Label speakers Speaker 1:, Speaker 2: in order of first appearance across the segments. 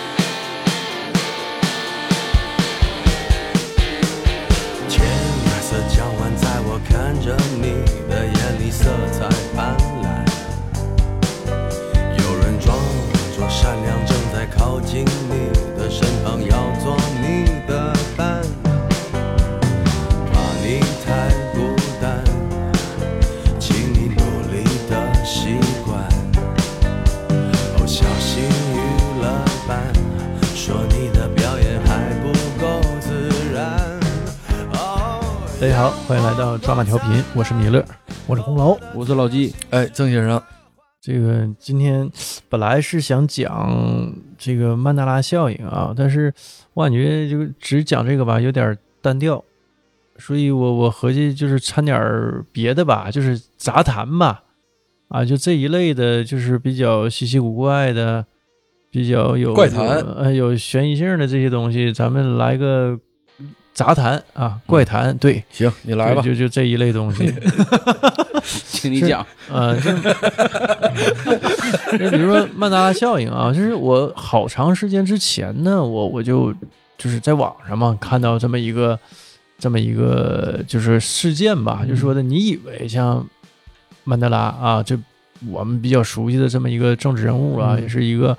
Speaker 1: 哎看着你的眼里色彩斑斓，有人装作善良，正在靠近你的身旁，要做你的伴，怕你太孤单，请你努力的习惯，哦，小心娱乐版，说你的表演还不够自然。哦。
Speaker 2: 大家好，欢迎来到抓马调频，我是米勒。
Speaker 3: 我是红楼，
Speaker 4: 我是老纪，
Speaker 1: 哎，郑先生，
Speaker 2: 这个今天本来是想讲这个曼德拉效应啊，但是我感觉就只讲这个吧，有点单调，所以我我合计就是掺点儿别的吧，就是杂谈吧，啊，就这一类的，就是比较稀奇古怪的，比较有
Speaker 1: 怪谈
Speaker 2: 有呃，有悬疑性的这些东西，咱们来个杂谈啊，怪谈，对，
Speaker 1: 行，你来吧。
Speaker 2: 就就就这一类东 西。
Speaker 4: 请你讲。
Speaker 2: 呃，就就比如说曼德拉效应啊，就是我好长时间之前呢，我我就就是在网上嘛看到这么一个这么一个就是事件吧，就
Speaker 1: 嗯
Speaker 2: 说的你以为像曼德拉啊，就我们比较熟悉的这么一个政治人物啊，
Speaker 3: 嗯
Speaker 2: 也是一个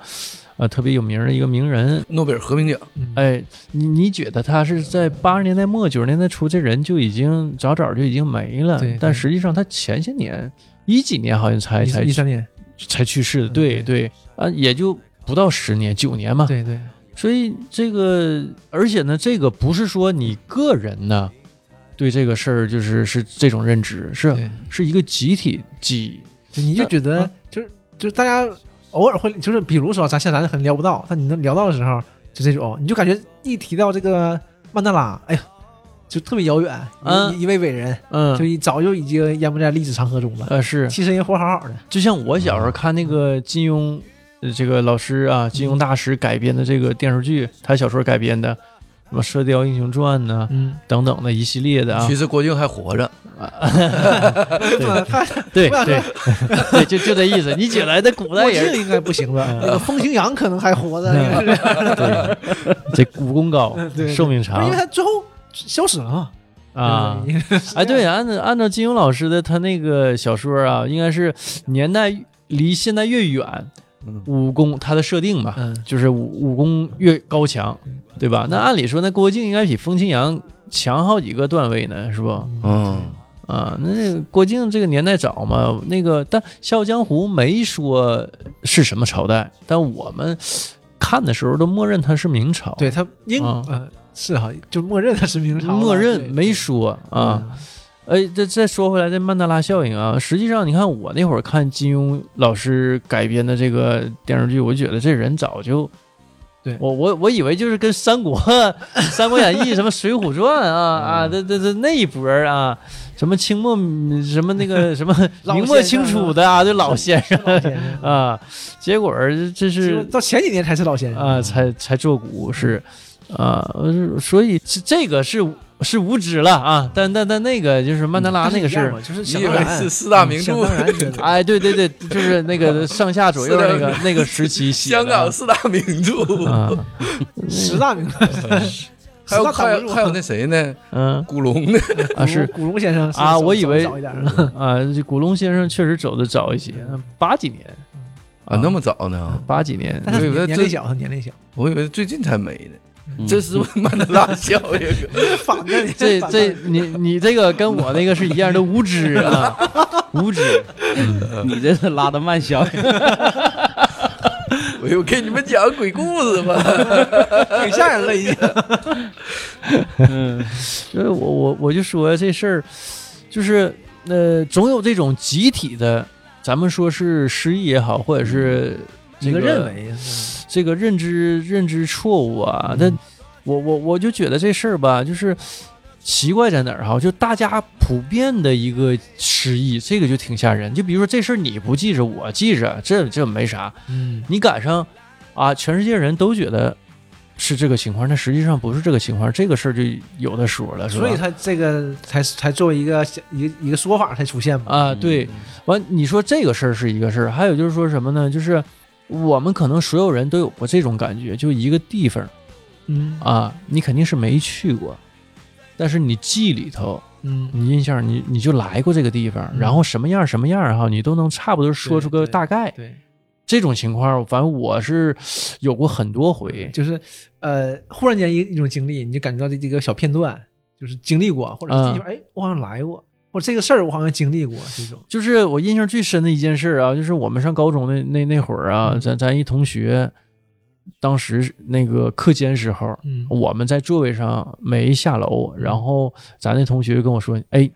Speaker 2: 呃特别有名儿的一个名人，
Speaker 1: 诺贝尔和平奖，
Speaker 2: 哎，你你觉得他是在八十年代末九十年代初，这人就已经早早就已经没了
Speaker 3: 对对，
Speaker 2: 但实际上他前些年一几年好像才才
Speaker 3: 一一三年，
Speaker 2: 才去世的，对
Speaker 3: 嗯
Speaker 2: 对啊，也就不到十年九年嘛。
Speaker 3: 对对，
Speaker 2: 所以这个，而且呢，这个不是说你个人呢对这个事儿就是是这种认知，是
Speaker 3: 对
Speaker 2: 是一个集体几
Speaker 3: 就你就觉得
Speaker 2: 啊
Speaker 3: 就是就是大家偶尔会就是比如说咱现在咱很聊不到，但你能聊到的时候，就这种你就感觉一提到这个曼德拉，哎呀，就特别遥远，
Speaker 2: 嗯
Speaker 3: 一一位伟人，
Speaker 2: 嗯
Speaker 3: 就一早就已经淹没在历史长河中了，
Speaker 2: 呃是
Speaker 3: 其实人活好好的，
Speaker 2: 就像我小时候
Speaker 3: 嗯
Speaker 2: 看那个金庸，呃这个老师啊，金
Speaker 3: 嗯
Speaker 2: 庸大师改编的这个电视剧，他小说改编的，什么《射雕英雄传》呐，
Speaker 3: 嗯，
Speaker 2: 等等的一系列的啊
Speaker 1: 其，实郭靖还活着，
Speaker 2: 对对对，就就这意思。你姐来的古代
Speaker 3: 郭
Speaker 2: 也
Speaker 3: 靖
Speaker 2: 是
Speaker 3: 应该 不行吧？那个风行阳可能还活着，
Speaker 2: 嗯
Speaker 3: 应该是
Speaker 2: 这武功高
Speaker 3: 嗯对，对
Speaker 2: 寿命
Speaker 3: 因
Speaker 2: 长
Speaker 3: 为他嗯最后消失了嘛
Speaker 2: 啊。
Speaker 3: 对不对
Speaker 2: 哎，对，按照按照金庸老师的他那个小说啊，应该是年代离现代越远
Speaker 1: 嗯，
Speaker 2: 武功他的设定嘛，
Speaker 3: 嗯，
Speaker 2: 就是武武功越高强，对吧？那按理说，那郭靖应该比风清扬强好几个段位呢，是不？
Speaker 1: 嗯，
Speaker 2: 啊，那那个郭靖这个年代早嘛，那个但《笑傲江湖》没说是什么朝代，但我们看的时候都默认它是明朝，
Speaker 3: 对他应
Speaker 2: 啊
Speaker 3: 嗯是哈，就默认他是明朝了，
Speaker 2: 默认
Speaker 3: 对嗯
Speaker 2: 没说啊。，哎，这再说回来，这曼德拉效应啊，实际上你看我那会儿看金庸老师改编的这个电视剧，我就觉得这人早就，
Speaker 3: 对
Speaker 2: 我我我以为就是跟三 国、三国演义、什么水浒传啊
Speaker 3: 嗯
Speaker 2: 啊，这这这那一波儿啊，什么清末什么那 个什么
Speaker 3: 老
Speaker 2: 明末
Speaker 3: 先
Speaker 2: 清
Speaker 3: 生啊
Speaker 2: 初的啊，这老先生
Speaker 3: 老先生
Speaker 2: 啊，结果儿这
Speaker 3: 就是
Speaker 2: 是
Speaker 3: 到前几年才是老先生
Speaker 2: 啊，才才做股是啊，呃所以这这个是是无知了啊，但但但那个就是曼德拉那个事儿。
Speaker 3: 嗯就是
Speaker 1: 你
Speaker 3: 想
Speaker 1: 以
Speaker 3: 当
Speaker 1: 为
Speaker 3: 然
Speaker 1: 是四大名
Speaker 3: 想
Speaker 1: 著，
Speaker 3: 当然觉得
Speaker 2: 哎，对对对，就是那个上下左右那个那个时期写的
Speaker 1: 香港四大名 著，
Speaker 2: 啊，
Speaker 3: 十大名著，
Speaker 1: 还有
Speaker 3: 十大
Speaker 1: 还
Speaker 3: 挡不
Speaker 1: 有
Speaker 3: 住
Speaker 1: 还有那谁呢？
Speaker 2: 嗯
Speaker 1: 古龙呢？
Speaker 2: 啊是
Speaker 3: 古龙先生是
Speaker 2: 啊
Speaker 3: 早
Speaker 2: 我以为
Speaker 3: 早一点了
Speaker 2: 啊，这古龙先生确实走的早一些，八几年，
Speaker 1: 啊，那么早呢？
Speaker 2: 八几年，
Speaker 3: 但
Speaker 1: 我
Speaker 3: 是
Speaker 1: 以为
Speaker 3: 年年
Speaker 1: 这
Speaker 3: 龄小，他年龄小，
Speaker 1: 我以为最近才没呢。
Speaker 2: 嗯
Speaker 1: 这是不是曼德拉效应？
Speaker 3: 反着你
Speaker 2: 这
Speaker 3: 反着
Speaker 2: 这你你这个跟我那个是一样的无知啊， 无知，
Speaker 4: 你这是拉的慢消息，
Speaker 1: 我又给你们讲鬼故事吧。
Speaker 3: 挺吓人了已经。
Speaker 2: 所以我我我就说这事儿，就是呃，总有这种集体的，咱们说是失忆也好，或者是这
Speaker 3: 嗯一
Speaker 2: 个
Speaker 3: 个认为
Speaker 2: 这个认知认知错误
Speaker 3: 嗯
Speaker 2: 啊。那、我我我就觉得这事儿吧，就是奇怪在哪儿哈？就大家普遍的一个失忆，这个就挺吓人。就比如说这事儿你不记着，我记着，这这没啥。
Speaker 3: 嗯，
Speaker 2: 你赶上啊，全世界人都觉得是这个情况，但实际上不是这个情况，这个事儿就有的说了，是吧
Speaker 3: 所以？他这个才才作为一个一个一个说法才出现嘛。
Speaker 2: 啊，对，完你说这个事儿是一个事儿，还有就是说什么呢？就是我们可能所有人都有过这种感觉，就一个地方。啊
Speaker 3: 嗯
Speaker 2: 啊，你肯定是没去过，但是你记里头
Speaker 3: 嗯，
Speaker 2: 你印象你你就来过这个地方，
Speaker 3: 嗯
Speaker 2: 然后什么样什么样哈，你都能差不多说出个
Speaker 3: 对
Speaker 2: 大概。
Speaker 3: 对，
Speaker 2: 这种情况，反正我是有过很多回
Speaker 3: 就是呃，忽然间一一种经历，你就感觉到这这个小片段，就是经历过，或者
Speaker 2: 嗯
Speaker 3: 这地方哎，我好像来过，或者这个事儿我好像经历过这种。
Speaker 2: 就是我印象最深的一件事儿啊，就是我们上高中那那那会儿啊，咱咱一同学，当时那个课间时候，
Speaker 3: 嗯
Speaker 2: 我们在座位上没下楼，然后咱那同学跟我说，哎。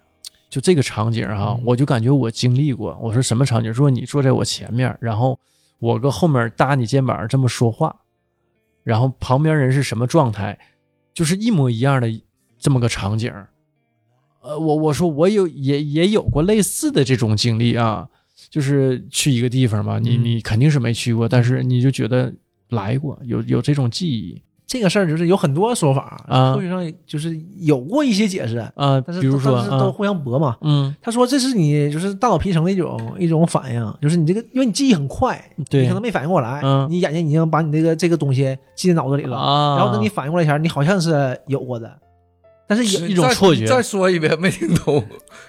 Speaker 2: 就这个场景哈、
Speaker 3: 嗯
Speaker 2: 我就感觉我经历过。我说什么场景？说你坐在我前面，然后我搁后面搭你肩膀这么说话，然后旁边人是什么状态？就是一模一样的这么个场景。呃，我我说我有也也有过类似的这种经历啊，就是去一个地方嘛，你
Speaker 3: 嗯
Speaker 2: 你肯定是没去过，但是你就觉得来过，有有这种记忆
Speaker 3: 这个事儿就是有很多说法
Speaker 2: 啊
Speaker 3: 科学上就是有过一些解释，
Speaker 2: 啊、
Speaker 3: 但是
Speaker 2: 比如说
Speaker 3: 但是都
Speaker 2: 啊，
Speaker 3: 互相驳嘛。
Speaker 2: 嗯，
Speaker 3: 他说这是你就是大脑皮层的一种一种反应，就是你这个因为你记忆很快，你
Speaker 2: 对
Speaker 3: 可能没反应过来，
Speaker 2: 嗯
Speaker 3: 你眼睛已经把你这个这个东西记在脑子里了，
Speaker 2: 啊，
Speaker 3: 然后等你反应过来前儿，你好像是有过的，但是有
Speaker 2: 一种错觉
Speaker 5: 再再说一遍，没听懂。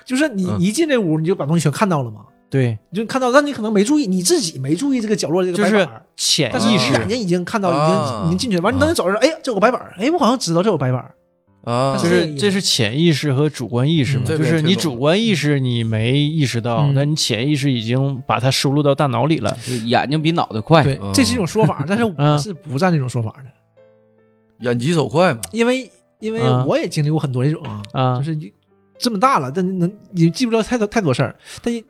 Speaker 3: 就是你
Speaker 5: 嗯
Speaker 3: 一进这屋，你就把东西全看到了嘛，
Speaker 2: 对
Speaker 3: 你就看到，但你可能没注意，你自己没注意这个角落这个
Speaker 2: 就
Speaker 3: 白
Speaker 2: 是
Speaker 3: 板儿，
Speaker 2: 潜
Speaker 3: 但是
Speaker 2: 意
Speaker 3: 你
Speaker 5: 啊
Speaker 2: 识
Speaker 3: 眼睛已经看到，已
Speaker 5: 啊
Speaker 3: 经已经进去了，完了你等你走的时候，哎呀，这有个白板儿，哎，我好像知道这有白板儿，
Speaker 5: 啊，
Speaker 2: 就
Speaker 3: 但
Speaker 2: 是这是潜意识和主观意识嘛，
Speaker 5: 嗯这
Speaker 2: 就
Speaker 5: 边
Speaker 2: 是
Speaker 5: 听
Speaker 2: 你
Speaker 5: 懂
Speaker 2: 主
Speaker 5: 了
Speaker 2: 观意识你没意识到，
Speaker 3: 嗯
Speaker 2: 但你潜意识已经把它收录到大脑里了。
Speaker 4: 就眼睛比脑袋快。
Speaker 3: 对，这是一种说法，但是
Speaker 2: 哎嗯
Speaker 3: 我是不赞这种说法的，
Speaker 5: 眼疾手快嘛，
Speaker 3: 因为因为
Speaker 2: 嗯
Speaker 3: 我也经历过很多这种啊，
Speaker 2: 啊，
Speaker 3: 就是你这么大了，但能也记不了太多太多事儿。但一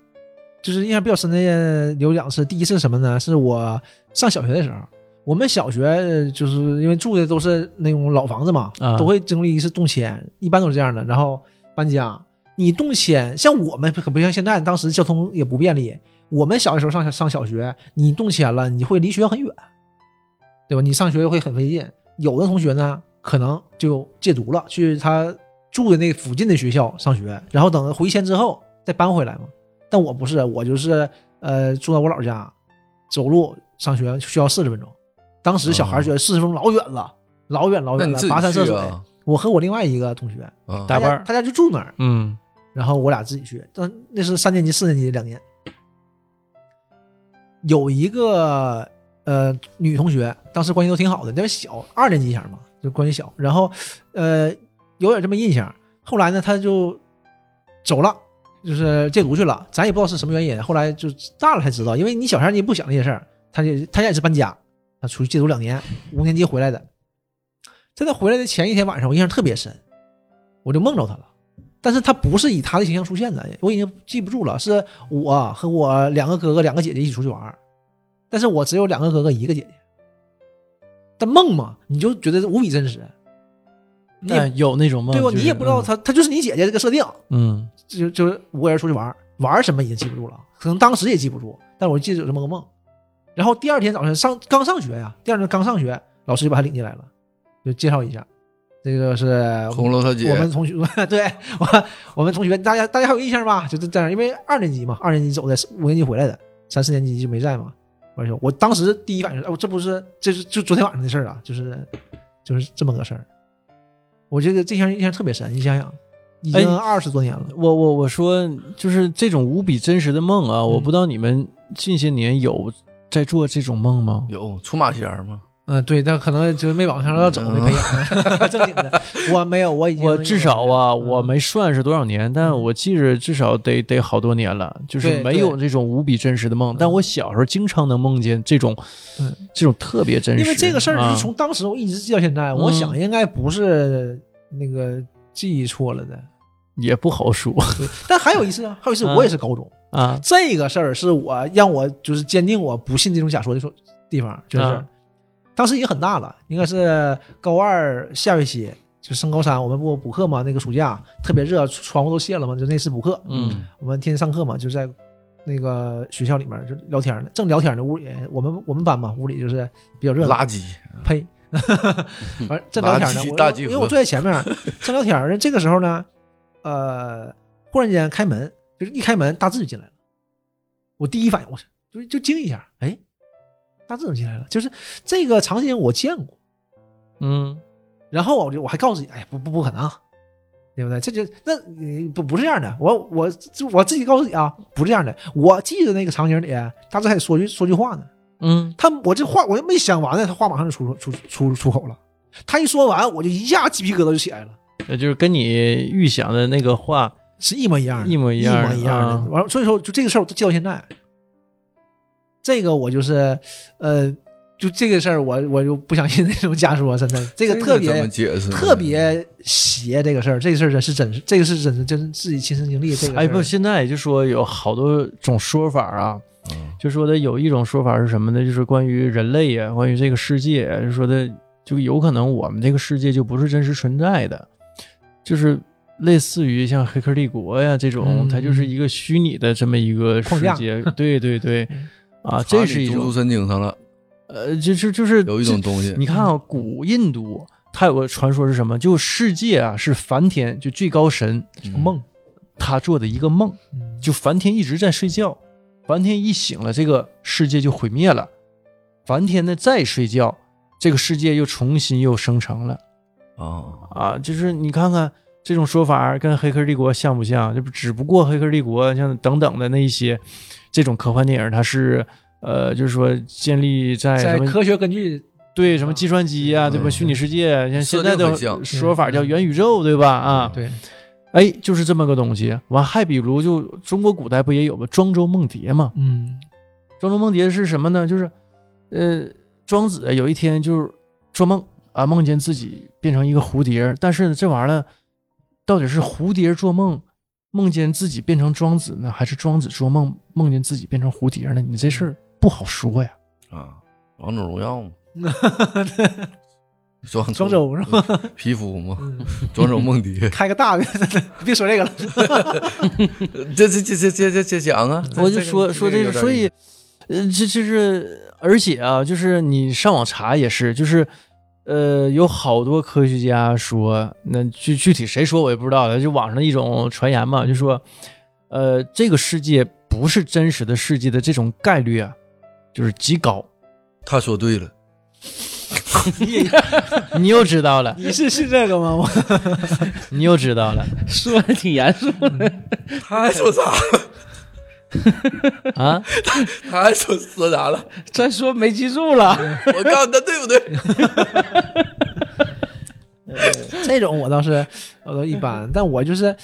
Speaker 3: 就是印象比较深的有两次，第一次是什么呢？是我上小学的时候，我们小学就是因为住的都是那种老房子嘛，
Speaker 2: 啊
Speaker 3: 都会经历一次动迁，一般都是这样的。然后搬家，你动迁，像我们可不像现在，当时交通也不便利。我们小的时候上上小学，你动迁了，你会离学校很远，对吧？你上学会很费劲。有的同学呢，可能就戒毒了，去他住的那附近的学校上学，然后等回迁之后再搬回来嘛。但我不是，我就是呃住在我姥家，走路上学需要四十分钟。当时小孩觉得四十分钟老远了，老远老
Speaker 5: 啊那
Speaker 3: 远
Speaker 5: 你
Speaker 3: 了，
Speaker 5: 自
Speaker 3: 跋山涉
Speaker 5: 己去
Speaker 3: 水。
Speaker 5: 啊？
Speaker 3: 我和我另外一个同学，
Speaker 5: 啊
Speaker 2: 大
Speaker 3: 他
Speaker 2: 班
Speaker 3: 家
Speaker 2: 儿
Speaker 3: 他家就住那儿，
Speaker 2: 嗯
Speaker 3: 然后我俩自己去，但那是三年级、四年级两年。有一个呃女同学，当时关系都挺好的，那小二年级以前嘛，就关系小。然后呃有点这么印象，后来呢她就走了，就是戒毒去了，咱也不知道是什么原因。后来就大了才知道，因为你小时候你也不想这些事儿，她也她也是搬家，她出去戒毒两年，五年级回来的。在她回来的前一天晚上，我印象特别深，我就梦着她了。但是他不是以他的形象出现的，我已经记不住了。是我和我两个哥哥、两个姐姐一起出去玩儿，但是我只有两个哥哥、一个姐姐。但梦嘛，你就觉得无比真实，你也
Speaker 2: 但有那种梦，
Speaker 3: 对吧？
Speaker 2: 啊
Speaker 3: 啊
Speaker 2: 就是
Speaker 3: 你也不知道，他，他就是你姐姐这个设定，
Speaker 2: 嗯
Speaker 3: 就就是五个人出去玩儿，玩儿什么已经记不住了，可能当时也记不住，但我记得有这么个梦。然后第二天早上上刚上学呀，第二天刚上学，老师就把他领进来了，就介绍一下，这个是
Speaker 5: 红楼他姐
Speaker 3: 我们同学， 对我我们同学，大家大家还有印象吧？就是这样，因为二年级嘛，二年级走的，五年级回来的，三四年级就没在嘛。我就我当时第一反应是，哦，这不是这是就昨天晚上的事儿啊，就是就是这么个事儿。我这个这项印象特别深，你想想，已
Speaker 2: 哎
Speaker 3: 经二十多年了，
Speaker 2: 我我我说，就是这种无比真实的梦啊，
Speaker 3: 嗯
Speaker 2: 我不知道你们近些年有在做这种梦吗？
Speaker 5: 有出马仙儿吗？
Speaker 3: 嗯、对，但可能就没往上要走没培养嗯 正经的，我没有，我已经
Speaker 2: 我至少啊，
Speaker 3: 嗯
Speaker 2: 我没算是多少年，但我记着至少得得好多年了，就是
Speaker 3: 对
Speaker 2: 没有这种无比真实的梦。但我小时候经常能梦见这种
Speaker 3: 嗯，
Speaker 2: 这种特别真实。
Speaker 3: 因为这个事儿
Speaker 2: 啊
Speaker 3: 就是从当时我一直记到现在，我
Speaker 2: 嗯
Speaker 3: 想应该不是那个记忆错了的。
Speaker 2: 也不好说
Speaker 3: 对，但还有一次啊，还有一次
Speaker 2: 嗯
Speaker 3: 我也是高中，
Speaker 2: 啊，
Speaker 3: 这个事儿是我让我就是坚定我不信这种假说的说地方，就是、
Speaker 2: 嗯
Speaker 3: 当时已经很大了，应该是高二下学期就升高三，我们不补课嘛，那个暑假特别热，窗户都卸了嘛，就那次补课，
Speaker 2: 嗯
Speaker 3: 我们天天上课嘛，就在那个学校里面就聊天呢，正聊天呢，屋里我们我们班嘛，屋里就是比较热闹，
Speaker 5: 垃圾，
Speaker 3: 呸！完事儿正聊天呢
Speaker 5: 垃，圾
Speaker 3: 我
Speaker 5: 大
Speaker 3: 我
Speaker 5: 集
Speaker 3: 因
Speaker 5: 合
Speaker 3: 为我坐在前面儿，正聊天儿呢。这个时候呢，呃，忽然间开门，就是一开门，大志就进来了。我第一反应，我就就惊一下，哎，大志怎么进来了？就是这个场景我见过。
Speaker 2: 嗯
Speaker 3: 然后我就我还告诉你，哎呀，不不不可能，对不对？这就那嗯不不是这样的，我我我自己告诉你啊，不是这样的。我记得那个场景里，大志还说句说句话呢，
Speaker 2: 嗯，
Speaker 3: 他我这话我就没想完呢，他话马上就出出出出口了。他一说完，我就一下鸡皮疙瘩就起来了，
Speaker 2: 那就是跟你预想的那个话，
Speaker 3: 是一模一样的，
Speaker 2: 一模一
Speaker 3: 一
Speaker 2: 样的
Speaker 3: 模一样
Speaker 2: 啊
Speaker 3: 的。完了，所以说就这个事儿我都记到现在。这个我就是，呃，就这个事儿我我就不相信那种假说，真的，这个特别
Speaker 5: 怎么解释呢？
Speaker 3: 特别邪这个事儿，这个事儿真是真，这个是真是真自己亲身经历。这个事儿
Speaker 2: 哎，不，现在就说有好多种说法啊，
Speaker 5: 嗯
Speaker 2: 就说的有一种说法是什么呢？就是关于人类呀、关于这个世界，就说的就有可能我们这个世界就不是真实存在的，就是类似于像《黑客帝国、呀这种，
Speaker 3: 嗯
Speaker 2: 它就是一个虚拟的这么一个世
Speaker 3: 框架 嗯
Speaker 2: 界。对对对，啊，
Speaker 5: 查
Speaker 2: 这
Speaker 5: 理
Speaker 2: 是一
Speaker 5: 读
Speaker 2: 种
Speaker 5: 出，神经上了，
Speaker 2: 呃，就是就是
Speaker 5: 有一种东西
Speaker 2: 你看
Speaker 3: 嗯
Speaker 2: 啊，古印度它有个传说是什么？就世界啊是梵天，就最高神
Speaker 3: 梦，
Speaker 2: 他做的一个梦。
Speaker 3: 嗯
Speaker 2: 就梵天一直在睡觉，梵天一醒了，这个世界就毁灭了。梵天呢再睡觉，这个世界又重新又生成了
Speaker 5: 啊，
Speaker 2: 啊！就是你看看这种说法跟《黑客帝国》像不像？这不只不过《黑客帝国》像等等的那一些这种科幻电影，它是呃，就是说建立在
Speaker 3: 在
Speaker 2: 哎什么
Speaker 3: 科学根据
Speaker 2: 对什么计算机啊，
Speaker 3: 嗯
Speaker 2: 对吧？
Speaker 5: 嗯
Speaker 2: 虚拟世界，像嗯现在
Speaker 5: 设定
Speaker 2: 的
Speaker 5: 很像
Speaker 2: 说法叫元宇宙，对吧？啊，
Speaker 3: 对，
Speaker 2: 哎，就是这么个东西。完，还比如就中国古代不也有吗？庄周梦蝶嘛，
Speaker 3: 嗯
Speaker 2: 庄周梦蝶是什么呢？就是，呃，庄子有一天就是做梦啊，梦见自己变成一个蝴蝶儿，但是呢，这玩意儿呢到底是蝴蝶做梦梦见自己变成庄子呢，还是庄子做梦梦见自己变成蝴蝶呢？你这事儿不好说呀。
Speaker 5: 啊，王者荣耀嘛，庄
Speaker 3: 庄周是
Speaker 5: 吧？皮肤嘛，
Speaker 3: 嗯，
Speaker 5: 庄周梦蝶，
Speaker 3: 开个大的， 别说这个了，
Speaker 5: 这这这这这这这讲啊，
Speaker 2: 我就说
Speaker 5: 这
Speaker 2: 说
Speaker 5: 这
Speaker 2: 这
Speaker 5: 个
Speaker 2: 个，
Speaker 5: 有点
Speaker 2: 所以，呃，这就是而且啊，就是你上网查也是，就是。呃，有好多科学家说，那具具体谁说我也不知道了，就网上的一种传言嘛，就说，呃，这个世界不是真实的世界的这种概率啊，就是极高。
Speaker 5: 他说对了，
Speaker 2: 你又知道了，
Speaker 3: 你是是这个吗？我
Speaker 2: 你又知道了
Speaker 4: 说的挺严肃的，
Speaker 5: 他还 说啥？
Speaker 2: 啊？
Speaker 5: 他还说说啥了？
Speaker 4: 再说没记住了。
Speaker 5: 我告诉他对不对？
Speaker 3: 这种我倒是我都一般，但我就是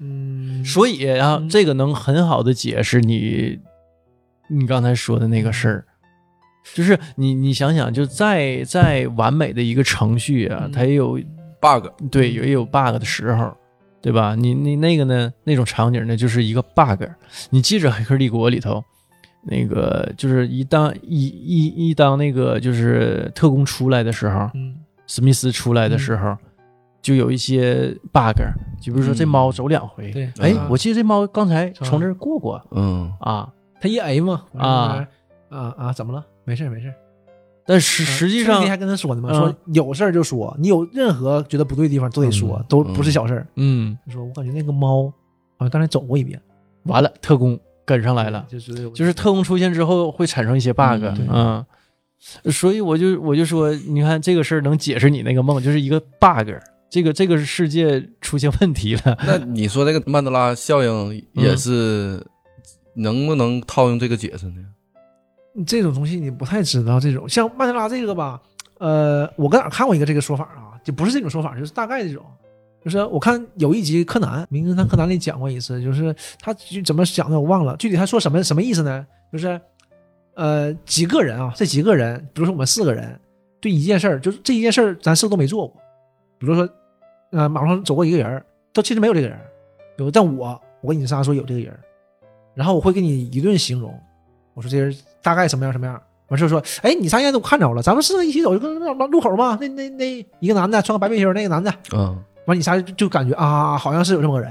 Speaker 3: 嗯，
Speaker 2: 所以啊，这个能很好的解释你你刚才说的那个事儿，就是你你想想，就再再完美的一个程序啊，
Speaker 3: 嗯
Speaker 2: 它也有
Speaker 5: bug
Speaker 2: 对也有 bug 的时候，对吧？你你那个呢，那种场景呢，就是一个 bug。你记着《黑客帝国》里头。那个就是一当一一一当那个就是特工出来的时候，
Speaker 3: 嗯
Speaker 2: 史密斯出来的时候，就有一些 bug，就比如说这
Speaker 5: 嗯
Speaker 2: 猫走两回，
Speaker 3: 对
Speaker 2: 哎
Speaker 5: 啊，
Speaker 2: 我记得这猫刚才从这儿过过
Speaker 5: 嗯，
Speaker 2: 啊，
Speaker 3: 他一 A 嘛
Speaker 2: 啊
Speaker 3: 啊啊，怎么了？没事儿没事儿，
Speaker 2: 但实实际上
Speaker 3: 你，还跟他说呢嘛，
Speaker 2: 嗯
Speaker 3: 说有事儿就说，你有任何觉得不对的地方都得说，都不是小事儿。
Speaker 2: 嗯，
Speaker 3: 他说我感觉那个猫好像刚才走过一遍，
Speaker 2: 完了，特工跟上来了，
Speaker 3: 就是
Speaker 2: 就是特工出现之后会产生一些 bug，
Speaker 5: 嗯
Speaker 3: 嗯对
Speaker 2: 嗯，所以我就我就说，你看这个事儿能解释你那个梦，就是一个 bug，这个这个世界出现问题了，
Speaker 5: 那你说那个曼德拉效应也是能不能套用这个解释呢？
Speaker 3: 这种东西你不太知道。这种像曼德拉这个吧，呃，我搁哪儿看过一个这个说法啊？就不是这种说法，就是大概这种。就是我看有一集柯南《名侦探柯南》里讲过一次，就是他就怎么讲的我忘了，具体他说什么什么意思呢？就是呃几个人啊，这几个人，比如说我们四个人，对一件事儿，就是这一件事儿咱四个都没做过，比如说呃马路上走过一个人儿，都其实没有这个人儿，比如但我我跟你仨说有这个人儿，然后我会给你一顿形容，我说这人大概什么样什么样。完事儿说，哎，你仨现在都看着了，咱们四个一起走，就跟那路口嘛，那那那一个男的穿个白背心儿，那个男的，
Speaker 5: 嗯，
Speaker 3: 完你仨就就感觉啊，好像是有这么个人，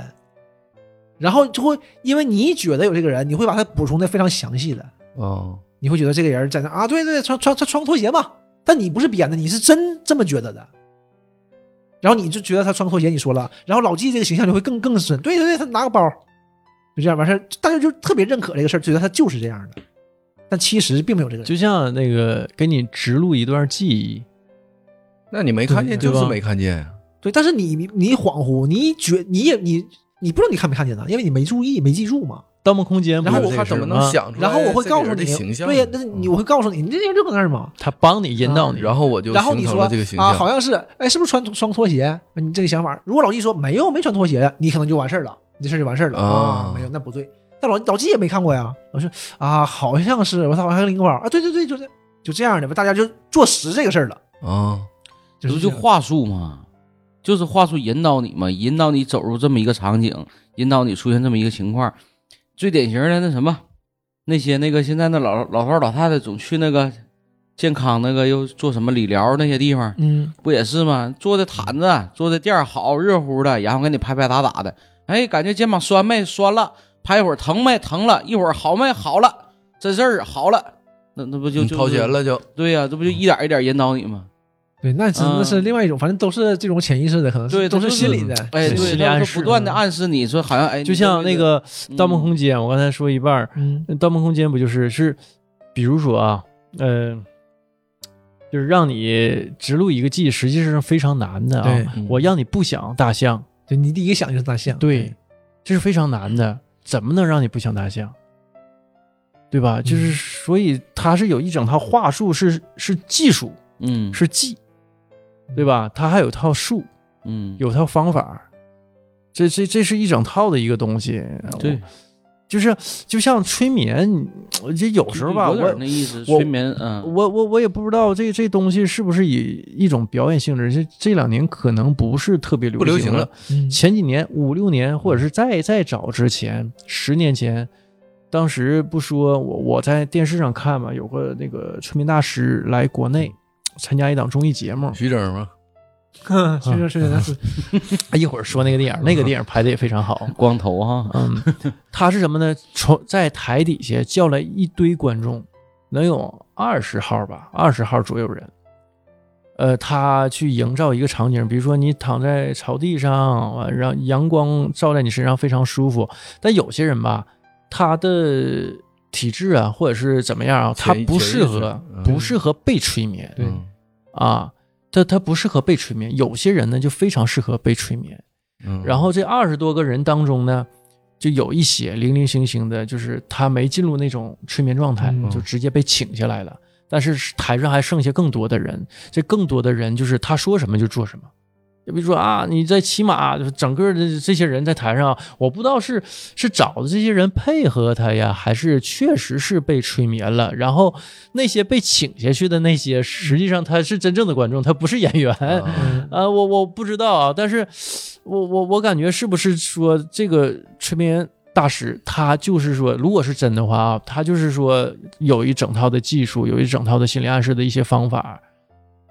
Speaker 3: 然后就会因为你觉得有这个人，你会把他补充的非常详细的，
Speaker 5: 哦，
Speaker 3: 你会觉得这个人在那啊，对对，穿穿穿穿个拖鞋嘛，但你不是编的，你是真这么觉得的。然后你就觉得他穿个拖鞋，你说了，然后老纪这个形象就会更更深，对对对，他拿个包，就这样完事儿，大家就特别认可这个事儿，觉得他就是这样的，但其实并没有这个人。
Speaker 2: 就像那个给你植入一段记忆，
Speaker 5: 那你没看见
Speaker 2: 对
Speaker 5: 就
Speaker 2: 吧
Speaker 5: 是没看见呀，
Speaker 3: 对，但是你你你恍惚，你一觉你也你你不知道你看没看见他，因为你没注意没记住嘛。
Speaker 2: 《盗梦空间》不
Speaker 5: 然
Speaker 2: 是
Speaker 5: 后
Speaker 2: 有
Speaker 5: 我
Speaker 2: 这
Speaker 5: 还
Speaker 2: 个事儿
Speaker 5: 怎
Speaker 2: 吗，
Speaker 5: 么能想出来
Speaker 3: 然后我会
Speaker 5: 这个
Speaker 3: 告诉
Speaker 5: 人的
Speaker 3: 你，
Speaker 5: 形象呢？嗯
Speaker 3: 对呀，但是你我会告诉你，你这人就搁那儿嘛。
Speaker 2: 他帮你引导你，
Speaker 5: 然后我
Speaker 3: 嗯
Speaker 5: 就
Speaker 3: 然后你
Speaker 5: 形成
Speaker 3: 说
Speaker 5: 了这个形
Speaker 3: 啊，
Speaker 5: 象，
Speaker 3: 好像是，哎，是不是穿穿拖鞋？你这个想法，如果老纪说没有，没穿拖鞋，你可能就完事儿了，你这事儿就完事儿了
Speaker 5: 啊
Speaker 3: 没有，那不对。但老老纪也没看过呀，老说啊，好像是，我操，还有灵光啊，对对对，就这就这样的吧，大家就坐实这个事儿了，
Speaker 5: 啊，
Speaker 3: 就
Speaker 4: 这
Speaker 3: 是
Speaker 4: 不就
Speaker 3: 这样
Speaker 4: 话术吗？就是话术引导你嘛，引导你走入这么一个场景，引导你出现这么一个情况。最典型的那什么，那些那个现在那老老头儿老太太总去那个健康那个又做什么理疗那些地方，
Speaker 3: 嗯，
Speaker 4: 不也是吗？坐的毯子，坐的垫儿好热乎的，然后给你拍拍打打的，哎，感觉肩膀酸没酸了，拍一会儿疼没疼了，一会儿好没好了，这事儿好了，那那不就
Speaker 5: 你
Speaker 4: 就
Speaker 5: 嗯掏钱？了就
Speaker 3: 嗯
Speaker 4: 对呀、这不就一点一点引导你吗？
Speaker 3: 对，那真的是另外一种，反正都是这种潜意识的，可能是
Speaker 4: 对
Speaker 3: 都是
Speaker 4: 这都是
Speaker 3: 心理的，
Speaker 4: 哎，
Speaker 2: 是
Speaker 4: 对，
Speaker 2: 心理暗
Speaker 4: 他
Speaker 2: 示
Speaker 4: 不断的暗示你说，好像哎，
Speaker 2: 就像那个《盗梦空间》，我刚才说一半儿，
Speaker 3: 嗯
Speaker 2: 《盗梦空间》不就是是，比如说啊，呃，就是让你植入一个记忆，实际上是非常难的
Speaker 3: 对
Speaker 4: 嗯
Speaker 2: 啊。我让你不想大象，
Speaker 3: 对你第一个想就是大象，
Speaker 2: 对，这是非常难的，怎么能让你不想大象？对吧？就是所以它是有一整套话术，是是技术，
Speaker 4: 嗯
Speaker 2: 是技，对吧？它还有套术，
Speaker 4: 嗯，
Speaker 2: 有套方法，这这这是一整套的一个东西。
Speaker 4: 对，
Speaker 2: 就是就像催眠，你我这有时候吧，
Speaker 4: 有点
Speaker 2: 我
Speaker 4: 那意思，
Speaker 2: 我
Speaker 4: 催眠，嗯，
Speaker 2: 我我我也不知道这这东西是不是以一种表演性质，这这两年可能不是特别流
Speaker 5: 不流行
Speaker 2: 了
Speaker 5: 了。。
Speaker 3: 嗯，
Speaker 2: 前几年五六年，或者是再再早之前，十年前，当时不说我我在电视上看嘛，有个那个催眠大师来国内参加一档综艺节目，
Speaker 5: 徐峥吗？
Speaker 3: 确实确实那是，
Speaker 2: 哎一会儿说那个电影，那个电影拍的也非常好。
Speaker 4: 光头哈，
Speaker 2: 嗯，他是什么呢？从在台底下叫来一堆观众，能有二十号吧，二十号左右人。呃，他去营造一个场景，比如说你躺在草地上，完让阳光照在你身上非常舒服。但有些人吧，他的体质啊，或者是怎么样啊，他
Speaker 5: 潜意
Speaker 2: 不适
Speaker 5: 潜
Speaker 2: 合
Speaker 5: 意识，嗯
Speaker 2: 不适合被催眠。
Speaker 3: 对
Speaker 5: 嗯
Speaker 2: 啊，他他不适合被催眠。有些人呢，就非常适合被催眠。
Speaker 5: 嗯，
Speaker 2: 然后这二十多个人当中呢，就有一些零零星星的，就是他没进入那种催眠状态，
Speaker 3: 嗯
Speaker 2: 就直接被请下来了。但是台上还剩下更多的人，这更多的人就是他说什么就做什么。就比如说啊，你在骑马，就是整个的这些人在台上，我不知道是是找的这些人配合他呀，还是确实是被催眠了。然后那些被请下去的那些，实际上他是真正的观众，他不是演员。
Speaker 5: 啊
Speaker 2: 啊，我我不知道啊，但是我我我感觉是不是说这个催眠大师他就是说，如果是真的话啊，他就是说有一整套的技术，有一整套的心理暗示的一些方法，